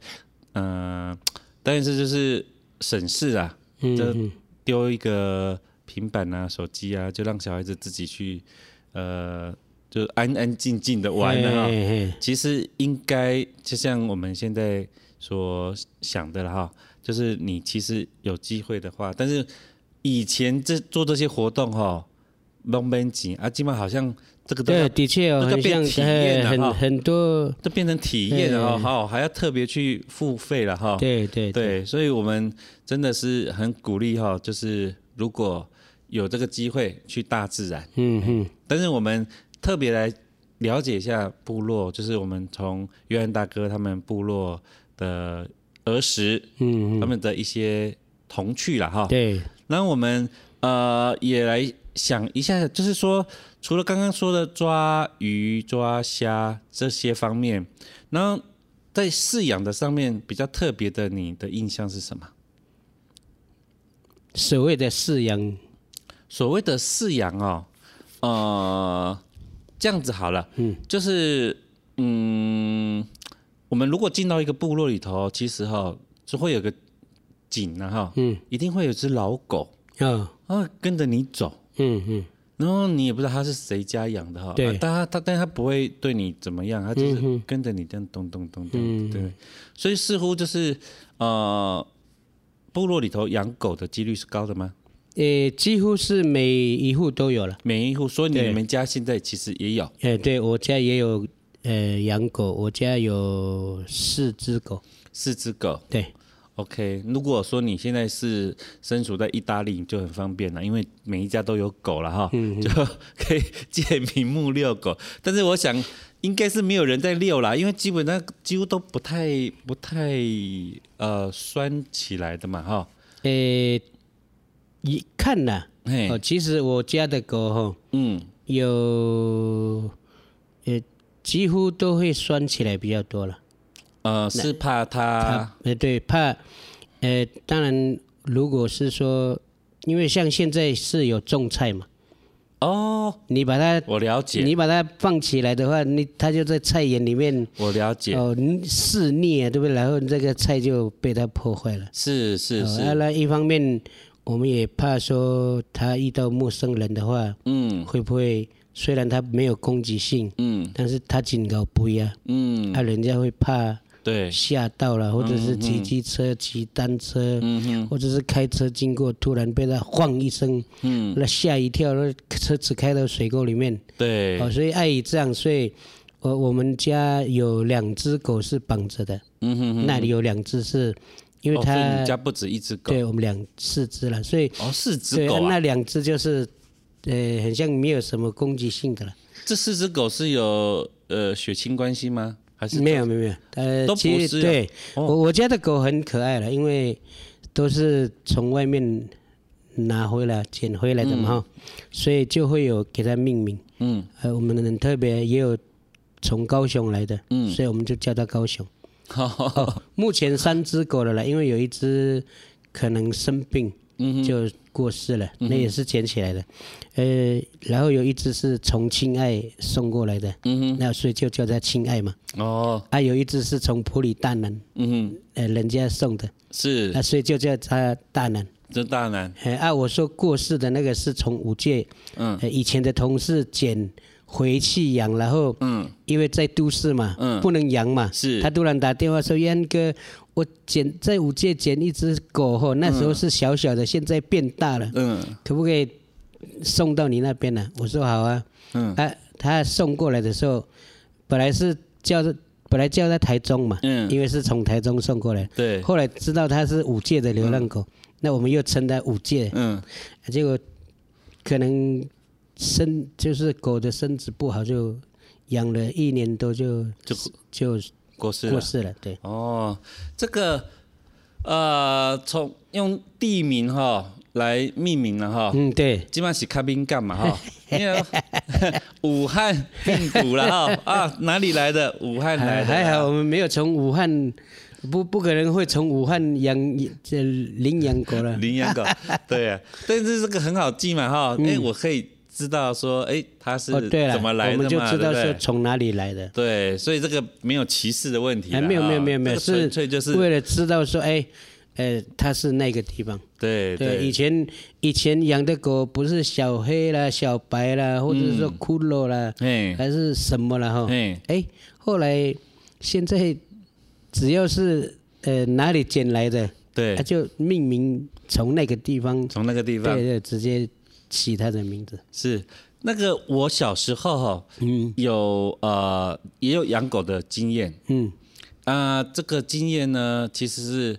Speaker 4: 嗯、但是就是省事啊，
Speaker 3: 嗯
Speaker 4: 就丢一个平板啊、手机啊，就让小孩子自己去，呃，就安安静静的玩啊。
Speaker 3: 嘿嘿
Speaker 4: 其实应该就像我们现在所想的了哈，就是你其实有机会的话，但是以前这做这些活动哈，弄边紧啊，基本好像这个都要
Speaker 3: 对，的确哦，
Speaker 4: 这个
Speaker 3: 很像
Speaker 4: 变体验
Speaker 3: 哎
Speaker 4: 了哦哈
Speaker 3: 很很多，
Speaker 4: 都变成体验了哈，
Speaker 3: 嗯
Speaker 4: 好还要特别去付费了哈。
Speaker 3: 对对
Speaker 4: 对，所以我们真的是很鼓励哈，就是如果有这个机会去大自然，
Speaker 3: 嗯嗯，
Speaker 4: 但是我们特别来了解一下部落，就是我们从约翰大哥他们部落的儿时，嗯，他们的一些童趣了哈。
Speaker 3: 对，
Speaker 4: 那我们呃也来想一下，就是说，除了刚刚说的抓鱼、抓虾这些方面，然后在饲养的上面比较特别的，你的印象是什么？
Speaker 3: 所谓的饲养，
Speaker 4: 所谓的饲养哦，呃，这样子好了，嗯，就是嗯，我们如果进到一个部落里头，其实哈、就会有个井啊哈，嗯，一定会有只老狗
Speaker 3: 啊，
Speaker 4: 啊跟着你走，
Speaker 3: 嗯嗯，
Speaker 4: 然后你也不知道它是谁家养的哈，
Speaker 3: 对
Speaker 4: 啊但它它但它不会对你怎么样，它就是跟着你这样咚咚咚咚，对，所以似乎就是呃，部落里头养狗的几率是高的吗？
Speaker 3: 呃，几乎是每一户都有了。
Speaker 4: 每一户，所以你
Speaker 3: 对
Speaker 4: 们家现在其实也有，
Speaker 3: 哎，对我家也有呃养狗，我家有四只狗。
Speaker 4: 四只狗。
Speaker 3: 对，
Speaker 4: OK，如果说你现在是身处在意大利，你就很方便了，因为每一家都有狗了哈，
Speaker 3: 嗯
Speaker 4: 就可以借名目遛狗。但是我想应该是没有人在遛啦，因为基本上几乎都不太不太呃拴起来的嘛哈。
Speaker 3: 呃，一看呐，
Speaker 4: 嘿，
Speaker 3: 哦，其实我家的狗哈、
Speaker 4: 嗯，
Speaker 3: 有呃几乎都会拴起来比较多了。
Speaker 4: 呃，是怕它
Speaker 3: 它呃对怕呃，当然如果是说，因为像现在是有种菜嘛，
Speaker 4: 哦，
Speaker 3: 你把它
Speaker 4: 我了解，
Speaker 3: 你把它放起来的话，你它就在菜园里面。
Speaker 4: 我了解，
Speaker 3: 哦，你肆虐，对不对？然后这个菜就被它破坏了。
Speaker 4: 是是
Speaker 3: 哦
Speaker 4: 是，
Speaker 3: 啊那一方面，我们也怕说它遇到陌生人的话，
Speaker 4: 嗯
Speaker 3: 会不会虽然它没有攻击性，
Speaker 4: 嗯
Speaker 3: 但是它警告不一样，
Speaker 4: 嗯，
Speaker 3: 啊，人家会怕
Speaker 4: 对，
Speaker 3: 吓到了，或者是骑机车、骑单车，
Speaker 4: 嗯
Speaker 3: 或者是开车经过，突然被它晃一声，
Speaker 4: 嗯
Speaker 3: 那吓一跳，那车子开到水沟里面。
Speaker 4: 对
Speaker 3: 哦，，所以碍于这样，所以我我们家有两只狗是绑着的，
Speaker 4: 嗯哼哼，
Speaker 3: 那里有两只是因为
Speaker 4: 哦所以你
Speaker 3: 它、
Speaker 4: 们家不止一只狗，
Speaker 3: 对我们两四只了，所以
Speaker 4: 哦，四只
Speaker 3: 对、
Speaker 4: 狗
Speaker 3: 那
Speaker 4: 啊！
Speaker 3: 两只就是呃，很像没有什么攻击性的了，
Speaker 4: 这四只狗是有呃血亲关系吗？还是
Speaker 3: 没有没有没有，呃，
Speaker 4: 都不
Speaker 3: 其
Speaker 4: 是
Speaker 3: 实
Speaker 4: 啊
Speaker 3: 对、
Speaker 4: 哦
Speaker 3: 我我家的狗很可爱了，因为都是从外面拿回来捡回来的嘛哈、所以就会有给它命名。
Speaker 4: 嗯，
Speaker 3: 呃，我们很特别也有从高雄来的，
Speaker 4: 嗯
Speaker 3: 所以我们就叫它高雄。
Speaker 4: 好，
Speaker 3: 目前三只狗了啦，因为有一只可能生病，
Speaker 4: 嗯哼，嗯
Speaker 3: 就过世了，那也是捡起来的。呃，然后有一只是从亲爱送过来的，
Speaker 4: 嗯
Speaker 3: 那所以就叫它亲爱嘛。
Speaker 4: 哼， 哦，
Speaker 3: 啊，有一只是从普里大南，
Speaker 4: 嗯哼，
Speaker 3: 呃，人家送的，
Speaker 4: 是
Speaker 3: 啊，所以就叫它大南。
Speaker 4: 这大男，
Speaker 3: 哎、啊，我说过世的那个是从五届，
Speaker 4: 嗯
Speaker 3: 呃，以前的同事捡回去养，然后，
Speaker 4: 嗯，
Speaker 3: 因为在都市嘛，
Speaker 4: 嗯
Speaker 3: 不能养嘛，
Speaker 4: 是
Speaker 3: 他突然打电话说：“燕哥，我捡在五届捡一只狗吼，那时候是小小的，现在变大了，
Speaker 4: 嗯
Speaker 3: 可不可以送到你那边呢、我说：“好啊。”
Speaker 4: 嗯
Speaker 3: 他他送过来的时候，本来是叫本来叫在台中嘛，
Speaker 4: 嗯
Speaker 3: 因为是从台中送过来，
Speaker 4: 对
Speaker 3: 后来知道他是五届的流浪狗，那我们又称他五届，
Speaker 4: 嗯，
Speaker 3: 结果啊可能身就是狗的身子不好，就养了一年多就
Speaker 4: 就
Speaker 3: 就
Speaker 4: 过世了
Speaker 3: 过。世了。对，
Speaker 4: 哦，这个呃，从用地名哈、来命名了哈、
Speaker 3: 嗯，对，
Speaker 4: 基本上是卡敏干嘛哈？因 为武汉病毒了哈啊，哪里来的？武汉来
Speaker 3: 还
Speaker 4: 的。
Speaker 3: 还好我们没有从武汉，不不可能会从武汉养这领养狗了。
Speaker 4: 羚 羊狗，对啊，但是这个很好记嘛哈，哎、我可以知道说，哎、它是
Speaker 3: 嗯哦，对了，
Speaker 4: 怎么来的
Speaker 3: 我
Speaker 4: 嘛，
Speaker 3: 们就知道
Speaker 4: 对
Speaker 3: 是
Speaker 4: 不对？
Speaker 3: 从哪里来的。
Speaker 4: 对，所以这个没有歧视的问题啦。
Speaker 3: 哎，没有
Speaker 4: 哈
Speaker 3: 没有没有没有，
Speaker 4: 这个纯
Speaker 3: 是
Speaker 4: 粹就是
Speaker 3: 为了知道说，哎，呃，它是那个地方。
Speaker 4: 对
Speaker 3: 对，以
Speaker 4: 对
Speaker 3: 前以前养的狗不是小黑啦、小白啦，或者是说骷髅啦，
Speaker 4: 嗯嘿
Speaker 3: 还是什么啦哈
Speaker 4: 嘿。
Speaker 3: 哎，后来现在只要是呃哪里捡来的，
Speaker 4: 对
Speaker 3: 它就命名从那个地方，
Speaker 4: 从那个地方
Speaker 3: 对对，直接起它的名字。
Speaker 4: 是那个我小时候哈，嗯，有呃也有养狗的经验，
Speaker 3: 嗯
Speaker 4: 啊、这个经验呢，其实是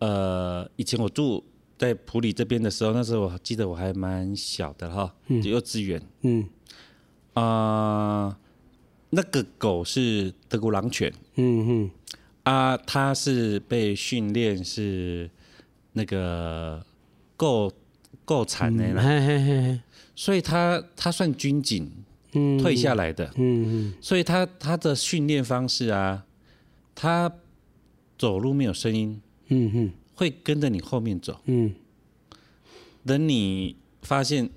Speaker 4: 呃，以前我住在普里这边的时候，那时候我记得我还蛮小的哈，就幼稚园
Speaker 3: 嗯
Speaker 4: 啊、那个狗是德国狼犬
Speaker 3: 嗯嗯，
Speaker 4: 啊、它是被训练是那个够够惨的啦，
Speaker 3: 嘿嘿嘿嘿，
Speaker 4: 所以它它算军警
Speaker 3: 嗯
Speaker 4: 退下来的，
Speaker 3: 嗯嗯
Speaker 4: 所以它它的训练方式啊，它走路没有声音。
Speaker 3: 嗯嗯
Speaker 4: 会跟着你后面走。
Speaker 3: 嗯
Speaker 4: 等你发现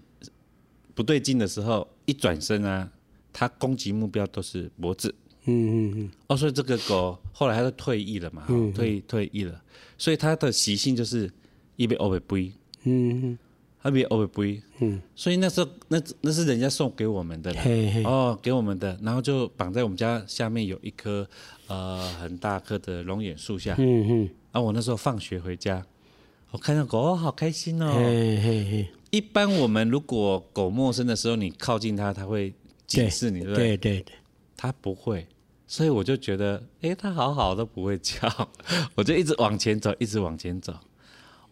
Speaker 4: 不对劲的时候，一转身啊，它攻击目标都是脖子。
Speaker 3: 嗯嗯
Speaker 4: 哦，所以这个狗后来它就退役了嘛，退退役了，所以它的习性就是一边欧北不
Speaker 3: 嗯
Speaker 4: 它别欧北不嗯，所以那时候那那是人家送给我们的啦
Speaker 3: 嘿嘿
Speaker 4: 哦，给我们的，然后就绑在我们家下面有一棵呃很大棵的龙眼树下，
Speaker 3: 嗯嗯，
Speaker 4: 啊，我那时候放学回家，我看到狗、哦、好开心哦，
Speaker 3: 嘿嘿嘿，
Speaker 4: 一般我们如果狗陌生的时候，你靠近它，它会警示你，对不
Speaker 3: 对
Speaker 4: 对？
Speaker 3: 对对，
Speaker 4: 它不会，所以我就觉得，诶，它好好都不会叫，我就一直往前走，一直往前走，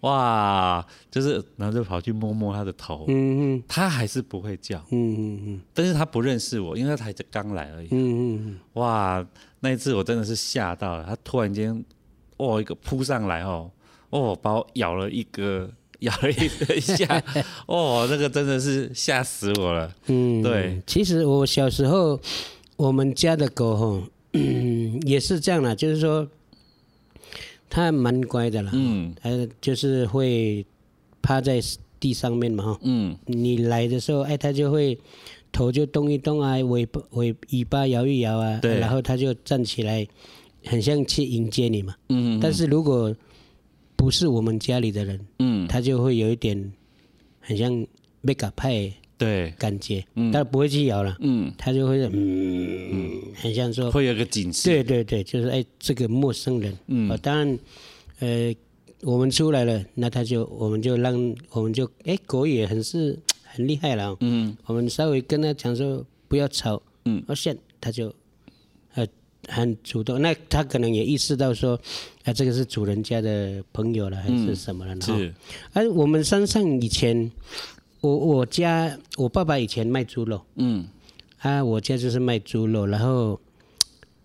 Speaker 4: 哇，就是然后就跑去摸摸它的头，
Speaker 3: 嗯嗯
Speaker 4: 它还是不会叫，
Speaker 3: 嗯嗯嗯
Speaker 4: 但是它不认识我，因为它才刚来而已。
Speaker 3: 嗯嗯。
Speaker 4: 哇，那一次我真的是吓到了，它突然间，哦，一个扑上来哦，哦，把我咬了一个， 咬了一个一下，哦，那个真的是吓死我了。
Speaker 3: 嗯，
Speaker 4: 对。
Speaker 3: 其实我小时候，我们家的狗吼 也是这样啦，就是说它蛮乖的啦，
Speaker 4: 嗯
Speaker 3: 呃，就是会趴在地上面嘛哈。
Speaker 4: 嗯
Speaker 3: 你来的时候，哎，它就会头就动一动啊，尾巴尾尾巴摇一摇啊，
Speaker 4: 对
Speaker 3: 然后它就站起来，很像去迎接你嘛。
Speaker 4: 嗯
Speaker 3: 但是如果不是我们家里的人，
Speaker 4: 嗯，
Speaker 3: 它就会有一点很像被嘎派的
Speaker 4: 对，
Speaker 3: 感觉，它不会去咬了。
Speaker 4: 嗯，
Speaker 3: 他就会嗯，很像说，
Speaker 4: 会有一个警示。
Speaker 3: 对对对，就是哎，这个陌生人，
Speaker 4: 嗯
Speaker 3: 哦当然，呃，我们出来了，那他就我们就让我们就哎，狗也很是很厉害了、哦，
Speaker 4: 嗯
Speaker 3: 我们稍微跟他讲说不要吵，
Speaker 4: 嗯
Speaker 3: 而现他就呃很主动，那他可能也意识到说，啊、这个是主人家的朋友了还是什么了，然后
Speaker 4: 嗯是，
Speaker 3: 而哎我们山上以前，我我家我爸爸以前卖猪肉。
Speaker 4: 嗯
Speaker 3: 啊，我家就是卖猪肉，然后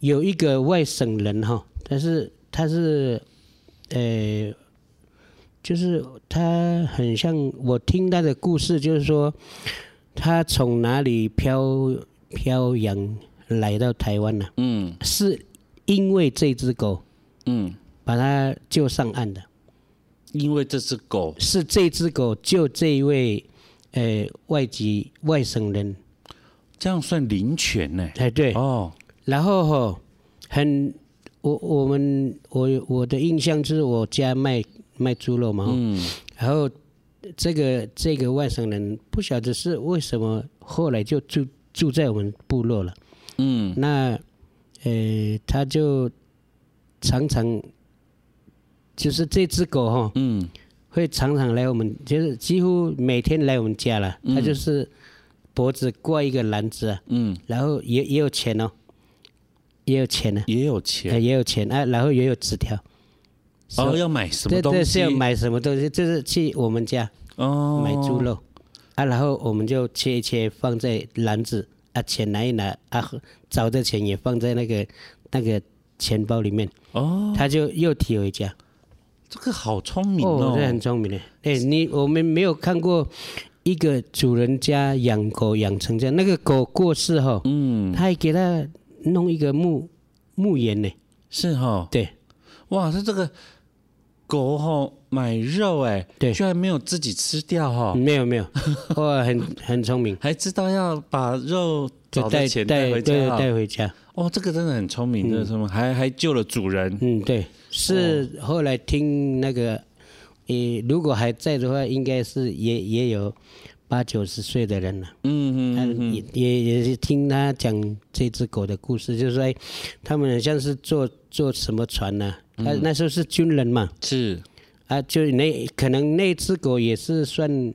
Speaker 3: 有一个外省人哈，但是他是，呃，就是他很像我听他的故事，就是说他从哪里漂漂洋来到台湾呢、
Speaker 4: 嗯
Speaker 3: 是因为这只狗
Speaker 4: 嗯，
Speaker 3: 把他救上岸的，
Speaker 4: 因为这只狗
Speaker 3: 是这只狗救这一位呃外籍外省人，
Speaker 4: 这样算灵犬呢。
Speaker 3: 哎对，
Speaker 4: 哦，
Speaker 3: 然后吼、很我我们我我的印象就是我家卖卖猪肉嘛、吼
Speaker 4: 嗯
Speaker 3: 然后这个这个外省人不晓得是为什么后来就住住在我们部落了，
Speaker 4: 嗯
Speaker 3: 那呃他就常常就是这只狗哈、
Speaker 4: 嗯，
Speaker 3: 会常常来我们，就是几乎每天来我们家了，它就是脖子挂一个篮子、啊，
Speaker 4: 嗯，
Speaker 3: 然后也也有钱哦，也有钱呢、
Speaker 4: 也有
Speaker 3: 哎
Speaker 4: 钱
Speaker 3: 也有钱啊，然后也有纸条。
Speaker 4: 哦，要买什么
Speaker 3: 对
Speaker 4: 东
Speaker 3: 对，
Speaker 4: 西？
Speaker 3: 是要买什么东西？就是去我们家
Speaker 4: 哦，
Speaker 3: 买猪肉，啊，然后我们就切一切放在篮子啊，钱拿一拿啊，找的钱也放在那个那个钱包里面，
Speaker 4: 哦，
Speaker 3: 他就又提回家。
Speaker 4: 这个好聪明
Speaker 3: 哦，
Speaker 4: 哦
Speaker 3: 这，很聪明的。哎、你我们没有看过一个主人家养狗养成这样，那个狗过世后，
Speaker 4: 嗯，
Speaker 3: 他还给它弄一个墓墓园呢。
Speaker 4: 是哈，
Speaker 3: 对，
Speaker 4: 哇，它这个狗哈买肉哎，
Speaker 3: 对嗯
Speaker 4: 居然没有自己吃掉哈，
Speaker 3: 没有没有，哇，很很聪明，
Speaker 4: 还知道要把肉
Speaker 3: 就
Speaker 4: 找
Speaker 3: 带
Speaker 4: 的钱带回
Speaker 3: 对对
Speaker 4: 家
Speaker 3: 带嗯
Speaker 4: 哈，
Speaker 3: 回家。
Speaker 4: 哦，这个真的很聪明，这个聪明，还还救了主人，
Speaker 3: 嗯，对，是后来听那个，呃，如果还在的话，应该是也也有八九十岁的人了。
Speaker 4: 嗯嗯
Speaker 3: 嗯，也也也是听他讲这只狗的故事，就是说，哎他们好像是坐坐什么船呢、啊？
Speaker 4: 嗯
Speaker 3: 他那时候是军人嘛，
Speaker 4: 是，
Speaker 3: 啊，就那可能那只狗也是算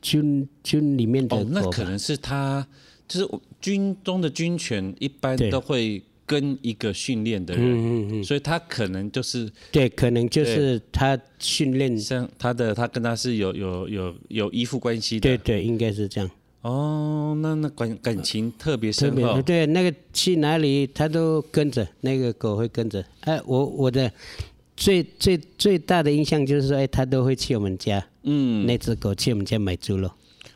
Speaker 3: 军军里面的
Speaker 4: 哦，那
Speaker 3: 狗
Speaker 4: 可
Speaker 3: 吧。
Speaker 4: 能是他就是军中的军犬一般
Speaker 3: 对
Speaker 4: 都会跟一个训练的人，
Speaker 3: 嗯嗯嗯，
Speaker 4: 所以他可能就是
Speaker 3: 对，可能就是他训练，
Speaker 4: 像他的他跟他是有有有有依附关系的，
Speaker 3: 对对，应该是这样。
Speaker 4: 哦，那那感感情特别
Speaker 3: 特
Speaker 4: 深
Speaker 3: 别
Speaker 4: 厚，
Speaker 3: 对，那个去哪里它都跟着，那个狗会跟着。哎、我我的最最最大的印象就是说，哎，它都会去我们家，
Speaker 4: 嗯，
Speaker 3: 那只狗去我们家买猪肉。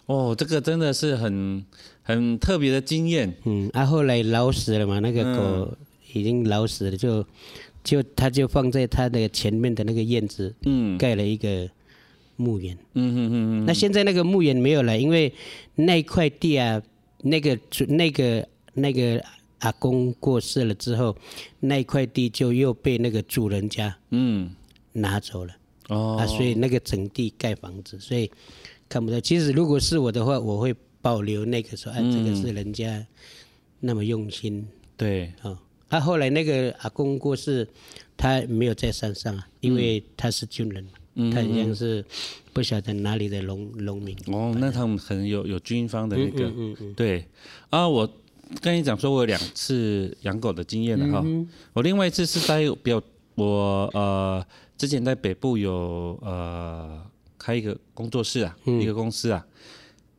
Speaker 4: 哦，这个真的是很很特别的经验，
Speaker 3: 嗯，啊，后来老死了嘛，那个
Speaker 4: 嗯
Speaker 3: 狗已经老死了，就就它就放在它的前面的那个院子，
Speaker 4: 嗯
Speaker 3: 盖了一个墓园。
Speaker 4: 嗯嗯嗯嗯，
Speaker 3: 那现在那个墓园没有了，因为那一块地啊，那个主那个那个阿公过世了之后，那一块地就又被那个主人家
Speaker 4: 嗯，
Speaker 3: 拿走了、
Speaker 4: 哦，
Speaker 3: 啊，所以那个整地盖房子，所以看不到。其实如果是我的话，我会保留那个说，哎、这个是人家那么用心
Speaker 4: 对，
Speaker 3: 啊、哦。啊，后来那个阿公过世，他没有在山上啊，因为他是军人嘛，
Speaker 4: 嗯
Speaker 3: 他好像是不晓得哪里的农农民。
Speaker 4: 哦，那他们可能有有军方的那个，对啊，我跟你讲说，我有两次养狗的经验啊了哈。我另外一次是在比较我呃之前在北部有呃开一个工作室啊，一个公司啊，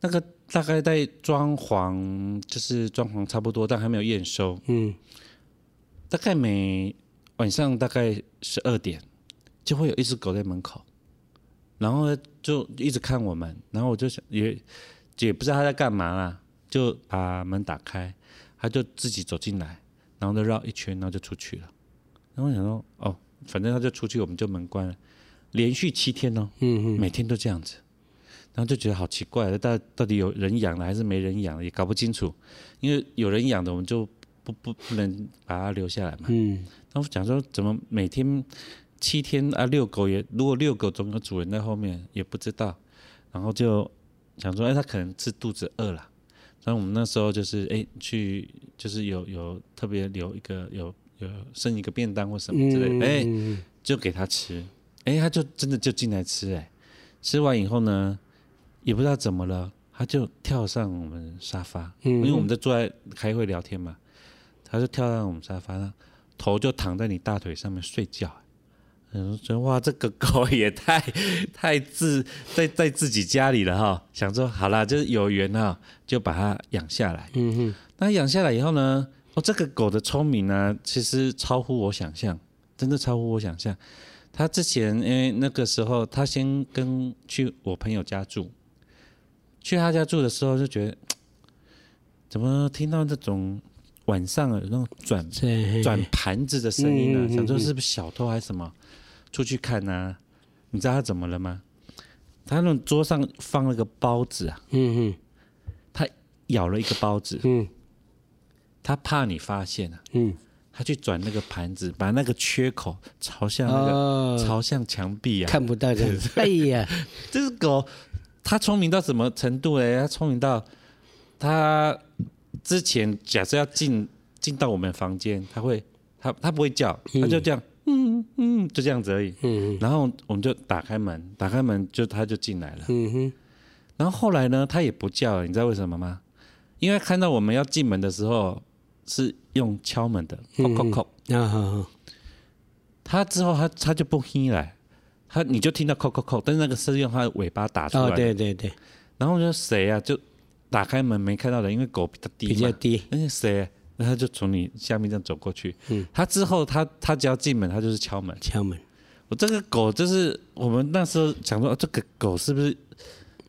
Speaker 4: 那个大概在装潢，就是装潢差不多，但还没有验收，
Speaker 3: 嗯，
Speaker 4: 大概每晚上大概十二点就会有一只狗在门口，然后呢就一直看我们，然后我就想也也不知道它在干嘛啦，就把门打开，它就自己走进来，然后就绕一圈，然后就出去了。然后我想说，哦，反正它就出去，我们就门关了，连续七天哦，嗯嗯，每天都这样子。然后就觉得好奇怪，到到底有人养了还是没人养了，也搞不清楚。因为有人养的，我们就不不不能把它留下来嘛。
Speaker 3: 嗯，
Speaker 4: 那我想说，怎么每天七天啊遛狗也，如果遛狗总有主人在后面，也不知道。然后就想说，哎，它可能是肚子饿了。然后我们那时候就是哎去，就是有有特别留一个有有剩一个便当或什么之类的，哎、就给它吃，哎，它就真的就进来吃、哎，吃完以后呢，也不知道怎么了，它就跳上我们沙发，因为我们在坐在开会聊天嘛，它就跳上我们沙发上，头就躺在你大腿上面睡觉、哎嗯，觉得哇，这个狗也太太自在在自己家里了哈。想说好啦，就是有缘啊，就把它养下来。嗯哼，那养下来以后呢，哦，这个狗的聪明呢，其实超乎我想象，真的超乎我想象。它之前因为那个时候，它先跟去我朋友家住，去他家住的时候就觉得，嘖怎么听到这种晚上啊有那种转
Speaker 3: 对，
Speaker 4: 转盘子的声音呢、啊
Speaker 3: 嗯嗯嗯
Speaker 4: 想说是不是小偷还是什么？出去看呐、你知道他怎么了吗？他那桌上放了个包子啊，
Speaker 3: 嗯嗯
Speaker 4: 咬了一个包子，
Speaker 3: 嗯
Speaker 4: 他怕你发现啊，
Speaker 3: 嗯，
Speaker 4: 他去转那个盘子，把那个缺口朝向那个、
Speaker 3: 哦，
Speaker 4: 朝向墙壁啊。
Speaker 3: 看不到这样子。哎 呀，
Speaker 4: 这只狗，它聪明到什么程度嘞？它聪明到，它之前假设要进进到我们房间，它会，它它不会叫，它就这样，嗯嗯就这样子而已。
Speaker 3: 嗯
Speaker 4: 然后我们就打开门，打开门就它就进来了。
Speaker 3: 嗯哼，
Speaker 4: 然后后来呢，它也不叫了，你知道为什么吗？因为看到我们要进门的时候是用敲
Speaker 3: 嗯哦
Speaker 4: 门的，叩叩叩。
Speaker 3: 啊好好，
Speaker 4: 它之后它它就不嘿来，它你就听到扣扣扣，但是那个是用它的尾巴打出来
Speaker 3: 哦
Speaker 4: 的，，
Speaker 3: 对对对，
Speaker 4: 然后我就说谁啊，就打开门没看到人，因为狗比较低嘛，
Speaker 3: 比较低
Speaker 4: 那是谁、啊？那他就从你下面这样走过去，嗯，他之后他他只要进门，他就是敲门。
Speaker 3: 敲门，
Speaker 4: 我这个狗就是我们那时候想说，哦这个狗是不是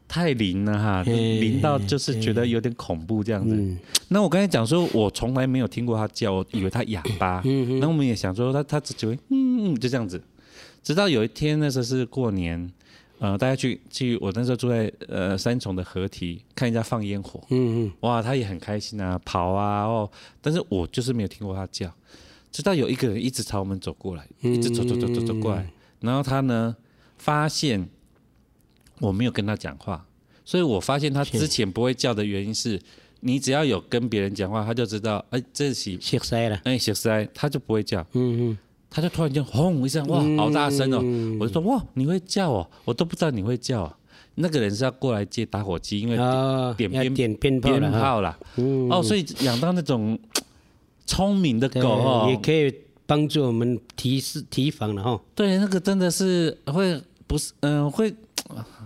Speaker 4: 太灵了哈？
Speaker 3: 嘿嗯
Speaker 4: 灵到就是觉得有点恐怖这样子。那我刚才讲说，我从来没有听过它叫，我以为它哑
Speaker 3: 嗯
Speaker 4: 巴。那我们也想说它，它只只会嗯嗯就这样子。直到有一天，那时候是过年，呃，大家去去，我那时候住在呃三重的河堤看人家放烟火，
Speaker 3: 嗯嗯，
Speaker 4: 哇，它也很开心啊，跑啊哦，但是我就是没有听过它叫，直到有一个人一直朝我们走过来，一直走走走走走过
Speaker 3: 嗯
Speaker 4: 来，然后他呢发现我没有跟他讲话，所以我发现他之前不会叫的原因是，你只要有跟别人讲话，他就知道，哎，这是
Speaker 3: 熟悉了，
Speaker 4: 哎小塞，他就不会叫，
Speaker 3: 嗯嗯，嗯
Speaker 4: 他就突然间轰一声，哇，好大声哦！我就说哇，你会叫哦，我都不知道你会叫、哦。那个人是要过来接打火机，因为
Speaker 3: 哦
Speaker 4: 点
Speaker 3: 要
Speaker 4: 鞭
Speaker 3: 点鞭炮了嗯
Speaker 4: 鞭
Speaker 3: 哈
Speaker 4: 炮啦。哦，所以养到那种聪明的狗哦，
Speaker 3: 也可以帮助我们提示提防了哈。
Speaker 4: 对，那个真的是会不是嗯、会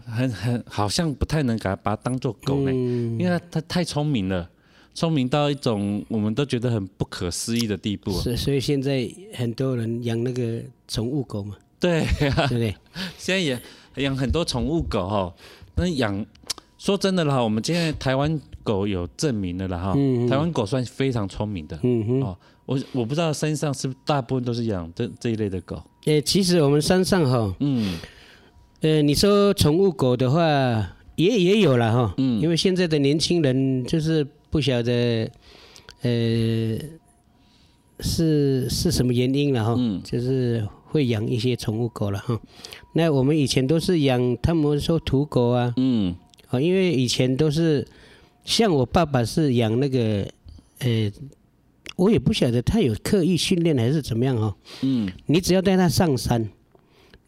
Speaker 4: 很很好像不太能把它把它当做狗呢，
Speaker 3: 嗯
Speaker 4: 因为它它太聪明了，聪明到一种我们都觉得很不可思议的地步。
Speaker 3: 所所以现在很多人养那个宠物狗 嘛，
Speaker 4: 对、啊
Speaker 3: 对，不对？
Speaker 4: 现在也养很多宠物狗哦，那养说真的啦，我们现在台湾狗有证明的了哈，台湾狗算非常聪明的。
Speaker 3: 嗯哼。
Speaker 4: 哦，我我不知道山上是不是大部分都是养这这一类的狗，
Speaker 3: 诶，呃其实我们山上哈，
Speaker 4: 嗯，
Speaker 3: 呃，你说宠物狗的话，也也有了哈，
Speaker 4: 嗯
Speaker 3: 因为现在的年轻人就是不晓得，呃，是是什么原因了哈，
Speaker 4: 嗯
Speaker 3: 就是会养一些宠物狗了哈。那我们以前都是养，他们说土狗啊，
Speaker 4: 嗯
Speaker 3: 哦，因为以前都是，像我爸爸是养那个，呃，我也不晓得他有刻意训练还是怎么样哦。
Speaker 4: 嗯
Speaker 3: 你只要带它上山，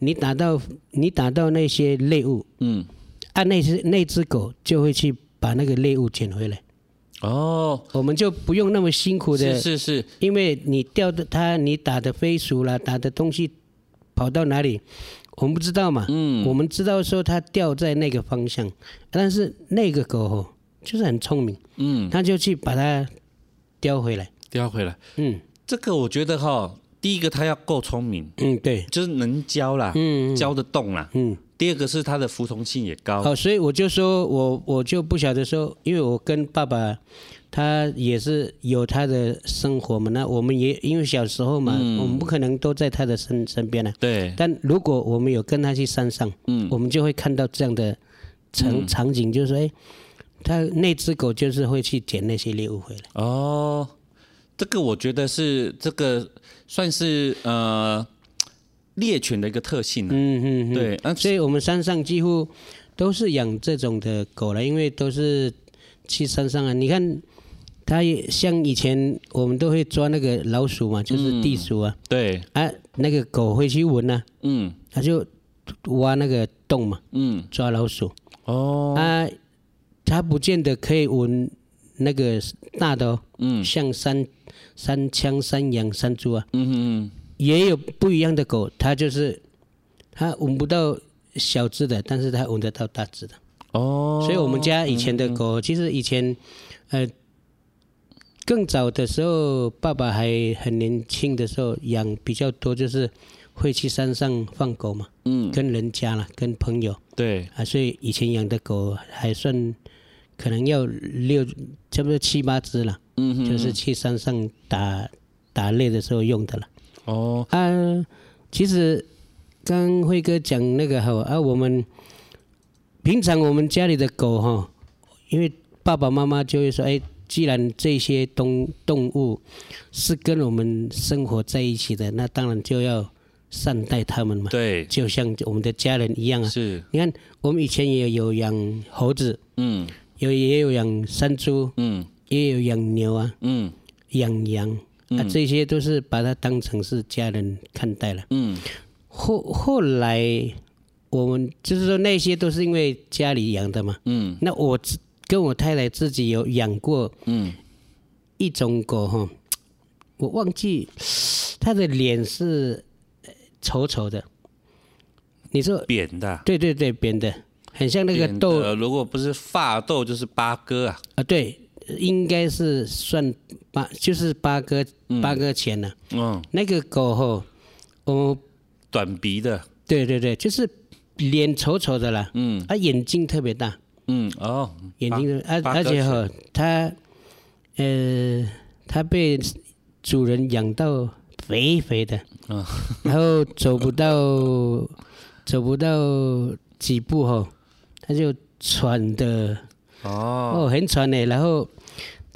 Speaker 3: 你打到你打到那些猎物，
Speaker 4: 嗯，
Speaker 3: 啊，那只那只狗就会去把那个猎物捡回来，
Speaker 4: 哦，
Speaker 3: 我们就不用那么辛苦的，
Speaker 4: 是是是，
Speaker 3: 因为你钓的它，你打的飞鼠啦，打的东西跑到哪里，我们不知道嘛，
Speaker 4: 嗯
Speaker 3: 我们知道说它掉在那个方向，但是那个狗吼就是很聪明，
Speaker 4: 嗯，
Speaker 3: 它就去把它叼回来，
Speaker 4: 叼回来。
Speaker 3: 嗯
Speaker 4: 这个我觉得哈，第一个它要够聪明，
Speaker 3: 嗯，对，
Speaker 4: 就是能教啦，
Speaker 3: 嗯嗯
Speaker 4: 教得动啦。
Speaker 3: 嗯。
Speaker 4: 第二个是它的服从性也高，
Speaker 3: 好，所以我就说我我就不晓得说，因为我跟爸爸，他也是有他的生活嘛，那我们也因为小时候嘛，
Speaker 4: 嗯
Speaker 3: 我们不可能都在他的身身边啊。
Speaker 4: 对，
Speaker 3: 但如果我们有跟他去山上，
Speaker 4: 嗯
Speaker 3: 我们就会看到这样的场、场景，就是说，哎，他那只狗就是会去捡那些猎物回来。
Speaker 4: 哦，这个我觉得是这个算是呃猎犬的一个特性、啊，
Speaker 3: 嗯嗯，嗯
Speaker 4: 对，那
Speaker 3: 所以我们山上几乎都是养这种的狗了，因为都是去山上啊。你看，它也像以前我们都会抓那个老鼠嘛，就是地鼠啊，
Speaker 4: 对，
Speaker 3: 啊，那个狗会去闻啊，
Speaker 4: 嗯
Speaker 3: 它就挖那个洞嘛，
Speaker 4: 嗯，
Speaker 3: 抓老鼠
Speaker 4: 哦，
Speaker 3: 啊，它不见得可以闻那个大的、哦，
Speaker 4: 嗯
Speaker 3: 像山山枪、山羊、山猪啊，
Speaker 4: 嗯嗯
Speaker 3: 也有不一样的狗，它就是它闻不到小只的，但是它闻得到大只的。
Speaker 4: 嗯，哦，嗯
Speaker 3: 所以我们家以前的狗，其实以前，呃，更早的时候，爸爸还很年轻的时候养比较多，就是会去山上放狗嘛，
Speaker 4: 嗯，
Speaker 3: 跟人家啦，跟朋友
Speaker 4: 对，
Speaker 3: 啊，所以以前养的狗还算。可能要六，差不多七八只了，
Speaker 4: 嗯哼，
Speaker 3: 就是去山上打打猎的时候用的了。
Speaker 4: 哦，
Speaker 3: 啊，其实刚辉哥讲那个哈啊，我们平常我们家里的狗哈，因为爸爸妈妈就会说，哎，既然这些动动物是跟我们生活在一起的，那当然就要善待它们嘛，
Speaker 4: 对，
Speaker 3: 就像我们的家人一样啊。
Speaker 4: 是，
Speaker 3: 你看，我们以前也有养猴子，
Speaker 4: 嗯
Speaker 3: 有也有养山猪，
Speaker 4: 嗯
Speaker 3: 也有养牛啊，
Speaker 4: 嗯
Speaker 3: 养羊啊，这些都是把它当成是家人看待了。
Speaker 4: 嗯，
Speaker 3: 后后来我们就是说那些都是因为家里养的嘛。
Speaker 4: 嗯
Speaker 3: 那我自跟我太太自己有养过
Speaker 4: 嗯，
Speaker 3: 一种狗哈，我忘记它的脸是呃丑丑的，你说
Speaker 4: 扁的啊，
Speaker 3: 对对对，扁的，很像那个
Speaker 4: 扁
Speaker 3: 豆
Speaker 4: 的呃如果不是发豆就是八哥啊，
Speaker 3: 啊，对，应该是算八，就是八哥八哥钱了、
Speaker 4: 嗯，
Speaker 3: 那个狗吼，哦，
Speaker 4: 短鼻的，
Speaker 3: 对对对，就是脸丑丑的啦，嗯，啊，眼睛特别大，
Speaker 4: 嗯哦，
Speaker 3: 眼
Speaker 4: 八
Speaker 3: 睛特别而、
Speaker 4: 八哥
Speaker 3: 而且
Speaker 4: 犬
Speaker 3: 吼，它呃，它被主人养到肥肥的，
Speaker 4: 啊
Speaker 3: 然后走不到走不到几步吼，它就喘的。
Speaker 4: 哦，
Speaker 3: 哦，很喘呢。然后，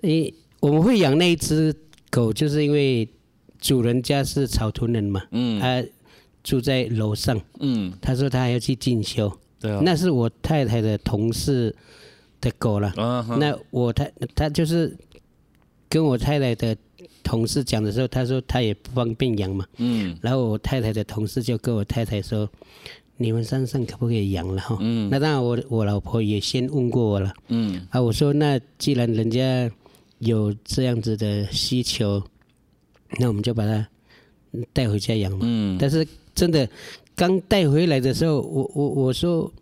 Speaker 3: 诶、我们会养那一只狗，就是因为主人家是草屯人嘛，
Speaker 4: 嗯
Speaker 3: 他住在楼上，
Speaker 4: 嗯，
Speaker 3: 他说他还要去进修，
Speaker 4: 对啊，
Speaker 3: 那是我太太的同事的狗了。
Speaker 4: 啊哈
Speaker 3: 那我太他就是跟我太太的同事讲的时候，他说他也不方便养嘛，
Speaker 4: 嗯
Speaker 3: 然后我太太的同事就跟我太太说：“你们山上可不可以养了哈？”
Speaker 4: 嗯
Speaker 3: 那当然我，我老婆也先问过我了
Speaker 4: 嗯
Speaker 3: 啊。我说：“那既然人家有这样子的需求，那我们就把它带回家养嘛。
Speaker 4: 嗯，
Speaker 3: 但是真的刚带回来的时候，我我我说。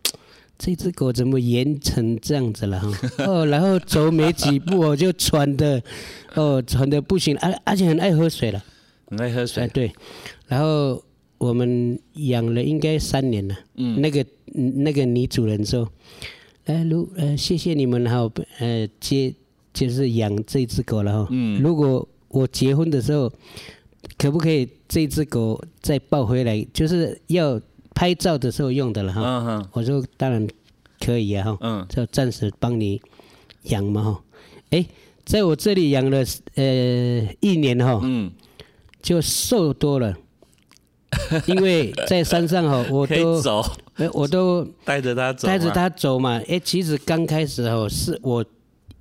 Speaker 3: 这只狗怎么严成这样子了 哈？哦，然后走没几步我就喘的，哦，喘的不行，而、而且很爱喝水了。
Speaker 4: 很爱喝
Speaker 3: 哎，
Speaker 4: 水，
Speaker 3: 对，然后我们养了应该三年了。嗯，那个嗯那个女主人说：“哎，如呃，谢谢你们哈，呃，接就是养这只狗了哈。嗯，如果我结婚的时候，可不可以这只狗再抱回来？就是要拍照的时候用的了哈。
Speaker 4: 嗯哼，
Speaker 3: 我说：“当然可以啊哈。”
Speaker 4: 嗯
Speaker 3: 就暂时帮你养嘛哈。哎，在我这里养了呃一年哈。
Speaker 4: 嗯，
Speaker 3: 就瘦多了，因为在山上哦，我
Speaker 4: 可以
Speaker 3: 都
Speaker 4: 走，
Speaker 3: 呃我都
Speaker 4: 带着它走，啊
Speaker 3: 带着，它走嘛。哎，其实刚开始哦，是我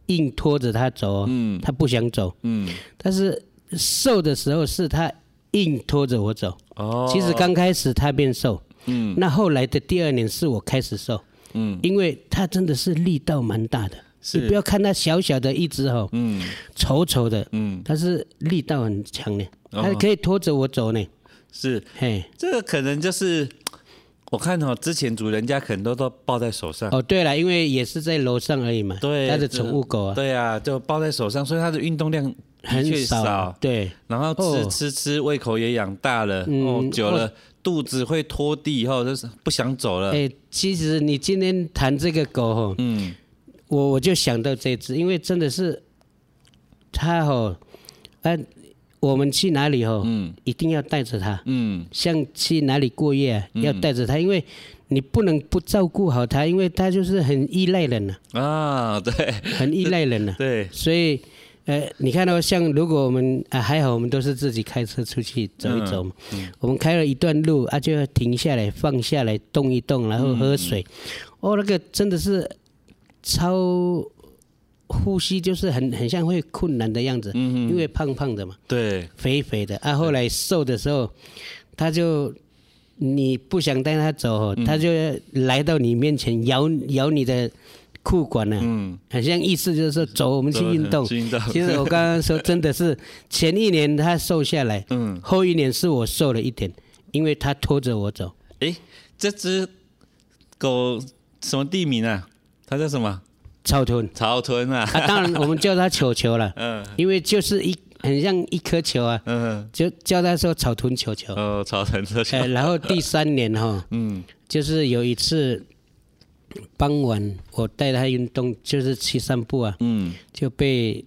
Speaker 3: 硬拖着它走，嗯，它不想走，
Speaker 4: 嗯，
Speaker 3: 但是瘦的时候是它硬拖着我走。
Speaker 4: 哦，
Speaker 3: 其实刚开始它变瘦，
Speaker 4: 嗯，
Speaker 3: 那后来的第二年是我开始瘦，
Speaker 4: 嗯
Speaker 3: 因为它真的是力道蛮大的。
Speaker 4: 是
Speaker 3: 你不要看它小小的一只哦，
Speaker 4: 嗯
Speaker 3: 丑丑的，
Speaker 4: 嗯
Speaker 3: 它是力道很强的，它
Speaker 4: 哦
Speaker 3: 可以拖着我走呢。
Speaker 4: 是，
Speaker 3: 嘿，
Speaker 4: 这个可能就是我看哦，之前主人家可能都都抱在手上。
Speaker 3: 哦，对了，因为也是在楼上而已嘛，
Speaker 4: 对，
Speaker 3: 他的
Speaker 4: 这
Speaker 3: 宠物狗啊，
Speaker 4: 对啊，就抱在手上，所以它的运动量的
Speaker 3: 很
Speaker 4: 确
Speaker 3: 少啊，对，
Speaker 4: 然后吃、
Speaker 3: 哦
Speaker 4: 吃吃，胃口也养大了，
Speaker 3: 嗯
Speaker 4: 哦，久了、肚子会拖地，以后就是不想走了。
Speaker 3: 哎，其实你今天谈这个狗吼，
Speaker 4: 嗯
Speaker 3: 我我就想到这只，因为真的是它吼，啊，我们去哪里吼，
Speaker 4: 嗯
Speaker 3: 一定要带着它，
Speaker 4: 嗯，
Speaker 3: 像去哪里过夜啊，要带着它，因为你不能不照顾好它，因为它就是很依赖人呐，
Speaker 4: 啊，对
Speaker 3: 很依赖人呐，啊
Speaker 4: 对，
Speaker 3: 所以，呃，你看到、像如果我们啊还好，我们都是自己开车出去走一走嘛。我们开了一段路啊，就要停下来放下来动一动，然后喝水。哦，那个真的是超呼吸，就是很很像会困难的样子，因为胖胖的嘛，
Speaker 4: 对，
Speaker 3: 肥肥的。啊，后来瘦的时候，他就。你不想带他走
Speaker 4: 嗯
Speaker 3: 哦，他就来到你面前咬咬你的裤管呢、
Speaker 4: 嗯，
Speaker 3: 很像意思就是说，走，我们去运动。
Speaker 4: 去运动
Speaker 3: 其实我刚刚说，真的是前一年他瘦下来，
Speaker 4: 嗯
Speaker 3: 后一年是我瘦了一点，因为他拖着我走。
Speaker 4: 哎，这只狗什么地名啊？它叫什么？
Speaker 3: 草屯
Speaker 4: 草屯啊。
Speaker 3: 啊，当然我们叫他球球了，
Speaker 4: 嗯
Speaker 3: 因为就是一很像一颗球啊，
Speaker 4: 嗯，
Speaker 3: 就叫他说草屯球球。
Speaker 4: 哦，草屯这
Speaker 3: 呃，
Speaker 4: 些，
Speaker 3: 然 后第三年哈，
Speaker 4: 嗯
Speaker 3: 就是有一次傍晚，我带他运动，就是去散步啊，
Speaker 4: 嗯
Speaker 3: 就被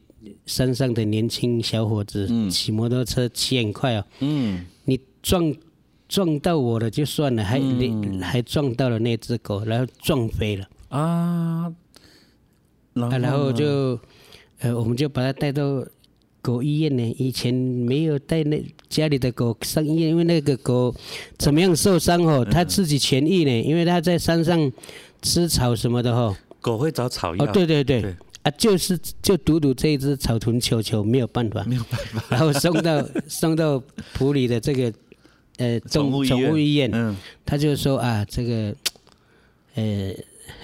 Speaker 3: 山上的年轻小伙子骑摩托车骑很快哦，
Speaker 4: 嗯，
Speaker 3: 你撞撞到我了就算了，还、
Speaker 4: 嗯
Speaker 3: 你还撞到了那只狗，然后撞飞了，
Speaker 4: 啊，然
Speaker 3: 啊、然后就呃，我们就把它带到狗医院呢。以前没有带那家里的狗上医院，因为那个狗怎么样受伤哦，它自己痊愈呢，因为它在山上吃草什么的哦。
Speaker 4: 狗会找草药，
Speaker 3: 哦，对对对
Speaker 4: 对，
Speaker 3: 啊，就是就独独这一只草屯球球没有办法，没有办法，然后送 到送到普里的这个呃
Speaker 4: 宠物
Speaker 3: 动宠物医院，
Speaker 4: 嗯
Speaker 3: 他就说啊，这个呃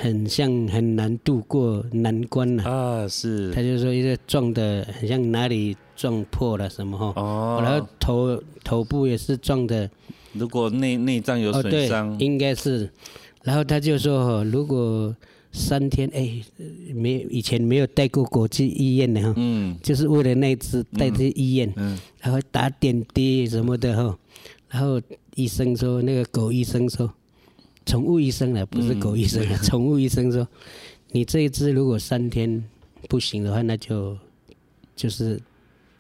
Speaker 3: 很像很难度过难关了、
Speaker 4: 啊
Speaker 3: 他
Speaker 4: 是，
Speaker 3: 就说一个撞的很像哪里撞破了什么哈，
Speaker 4: 哦，
Speaker 3: 然后头头部也是撞的
Speaker 4: 如果内内脏有
Speaker 3: 哦，
Speaker 4: 损
Speaker 3: 对
Speaker 4: 伤，，
Speaker 3: 应该是。然后他就说，哦如果三天，哎，呃没以前没有带过狗去医院的哈，
Speaker 4: 嗯
Speaker 3: 就是为了那一只带去医院，
Speaker 4: 嗯
Speaker 3: 然后打点滴什么的哈。然后医生说，那个狗医生说，宠物医生啊了，不是狗医 生了，宠物医生说，你这一只如果三天不行的话，那就就是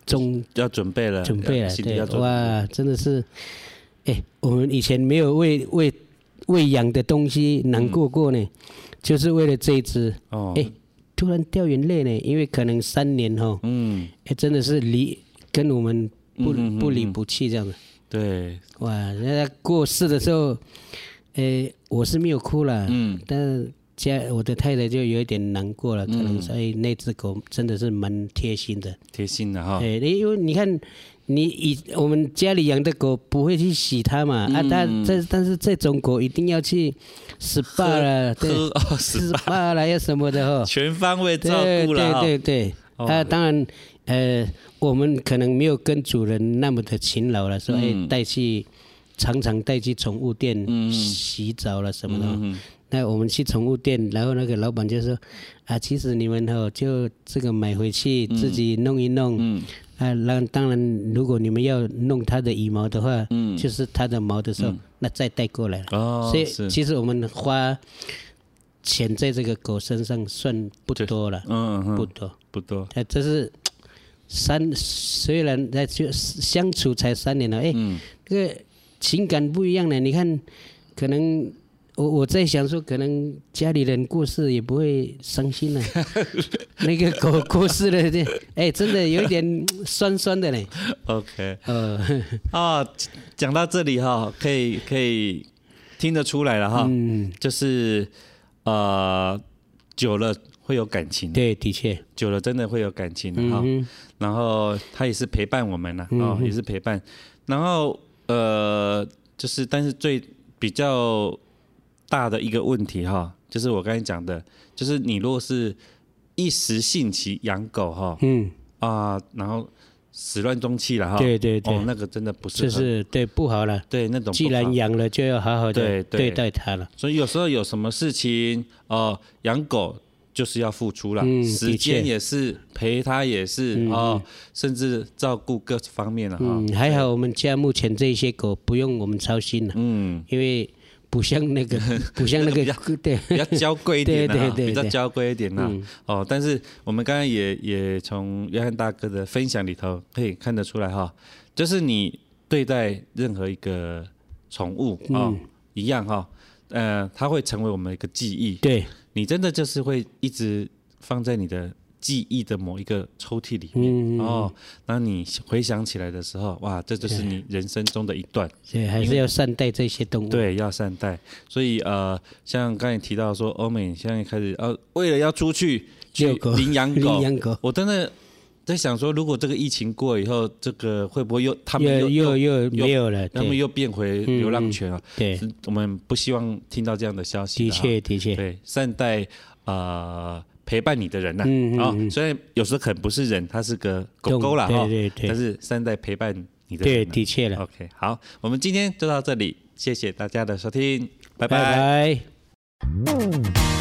Speaker 3: 中
Speaker 4: 要准备了，
Speaker 3: 准备
Speaker 4: 要
Speaker 3: 了，
Speaker 4: 心里
Speaker 3: 对
Speaker 4: 要，准备。
Speaker 3: 哇，真的是，哎、我们以前没有喂喂喂养的东西难过过呢，就是为了这一只，
Speaker 4: 哦，
Speaker 3: 哎、突然掉眼泪呢，因为可能三年后，哎、
Speaker 4: 嗯，
Speaker 3: 真的是离跟我们不
Speaker 4: 嗯嗯嗯
Speaker 3: 不离
Speaker 4: 嗯
Speaker 3: 不弃这样子，
Speaker 4: 对，
Speaker 3: 哇，那他过世的时候，哎，我是没有哭了，
Speaker 4: 嗯
Speaker 3: 但是家我的太太就有一点难过了，可
Speaker 4: 嗯
Speaker 3: 能是哎那只狗真的是蛮贴心的，
Speaker 4: 贴心的哈，
Speaker 3: 哎、因为你看，你以我们家里养的狗不会去洗它嘛，
Speaker 4: 嗯
Speaker 3: 啊，它这但是这种狗一定要去 SPA 了，对
Speaker 4: 喝 哦
Speaker 3: ，SPA 了要什么的哦，
Speaker 4: 全方位照
Speaker 3: 对
Speaker 4: 顾了哈，
Speaker 3: 对对对，
Speaker 4: 哦
Speaker 3: 啊，当然，呃，我们可能没有跟主人那么的勤劳了，说哎
Speaker 4: 嗯
Speaker 3: 带去常常带去宠物店
Speaker 4: 嗯
Speaker 3: 洗澡了什么的哦。
Speaker 4: 嗯，
Speaker 3: 那我们去宠物店，然后那个老板就说：“啊，其实你们哦，就这个买回去自己弄一弄，
Speaker 4: 嗯
Speaker 3: 啊，那当然，如果你们要弄它的羽毛的话，
Speaker 4: 嗯
Speaker 3: 就是它的毛的时候，那再带过来了。
Speaker 4: 哦
Speaker 3: 所以
Speaker 4: 是
Speaker 3: 其实我们花钱在这个狗身上算不多了，
Speaker 4: 嗯嗯，
Speaker 3: 不
Speaker 4: 不
Speaker 3: 多。
Speaker 4: 不多，
Speaker 3: 哎，这是三，虽然在就相处才三年了，哎，
Speaker 4: 嗯
Speaker 3: 这个情感不一样了。你看，可能我我在想说，可能家里人过世也不会伤 心了、那个狗过世了，这哎，真的有一点酸酸的 嘞。
Speaker 4: ，OK，
Speaker 3: 呃，
Speaker 4: 啊，讲到这里哈，可以可以听得出来了哈，
Speaker 3: 嗯，
Speaker 4: 就是呃，久了会有感情，
Speaker 3: 对，的确，
Speaker 4: 久了真的会有感情的哈。
Speaker 3: 嗯哼，嗯
Speaker 4: 然后他也是陪伴我们呐、哦，也是陪伴。然后呃，就是但是最比较大的一个问题哈、就是我刚才讲的，就是你如果是一时兴起养狗哈、
Speaker 3: 嗯，
Speaker 4: 啊，然后始乱终弃了哈、
Speaker 3: 对对对
Speaker 4: 哦，那个真的不是
Speaker 3: 这
Speaker 4: 很，
Speaker 3: 是对不好了。
Speaker 4: 对那种不好
Speaker 3: 既然养了，就要好好的
Speaker 4: 对
Speaker 3: 对
Speaker 4: 对
Speaker 3: 待它了。
Speaker 4: 所以有时候有什么事情哦，养狗就是要付出啦，
Speaker 3: 嗯
Speaker 4: 时
Speaker 3: 的
Speaker 4: 间
Speaker 3: 确
Speaker 4: 也是，陪它也是、哦，甚至照顾各方面哦了哈、
Speaker 3: 嗯，还好我们家目前这些狗不用我们操心了，
Speaker 4: 嗯，
Speaker 3: 因为不像 那个不像那个对
Speaker 4: 比较娇贵一点
Speaker 3: 对对
Speaker 4: 啊，
Speaker 3: 对嗯
Speaker 4: 比较
Speaker 3: 对
Speaker 4: 娇贵一点啊。哦，但是我们刚刚也也从约翰大哥的分享里头可以看得出来哈、就是你对待任何一个宠物哦，
Speaker 3: 嗯
Speaker 4: 一样哈、呃，它会成为我们一个记忆。
Speaker 3: 对，
Speaker 4: 你真的就是会一直放在你的记忆的某一个抽屉里面、
Speaker 3: 嗯，
Speaker 4: 哦。那你回想起来的时候，哇，这就是你人生中的一段。
Speaker 3: 所以还是要善待这些动物。，
Speaker 4: 对，要善待。所以呃，像刚才提到说，欧美现在开始呃，为了要出去去
Speaker 3: 遛狗
Speaker 4: 领养狗，
Speaker 3: 领养狗
Speaker 4: 我真的在想说，如果这个疫情过以后，这个会不会又他们
Speaker 3: 又
Speaker 4: 又
Speaker 3: 又又没有了，
Speaker 4: 他们
Speaker 3: 对嗯
Speaker 4: 又变回流浪犬了？
Speaker 3: 对，
Speaker 4: 是我们不希望听到这样的消息
Speaker 3: 的
Speaker 4: 啦哈。
Speaker 3: 确的确，
Speaker 4: 对，善待呃陪伴你的人呐、啊。
Speaker 3: 嗯嗯嗯
Speaker 4: 虽然有时候可能不是人，他是个狗
Speaker 3: 动物
Speaker 4: 狗啦哈，
Speaker 3: 对对对
Speaker 4: 但是善待陪伴你的人、
Speaker 3: 对，
Speaker 4: 啊。
Speaker 3: 的确了，
Speaker 4: OK，好，我们今天就到这里，谢谢大家的收听，拜
Speaker 3: 拜
Speaker 4: 拜
Speaker 3: 拜。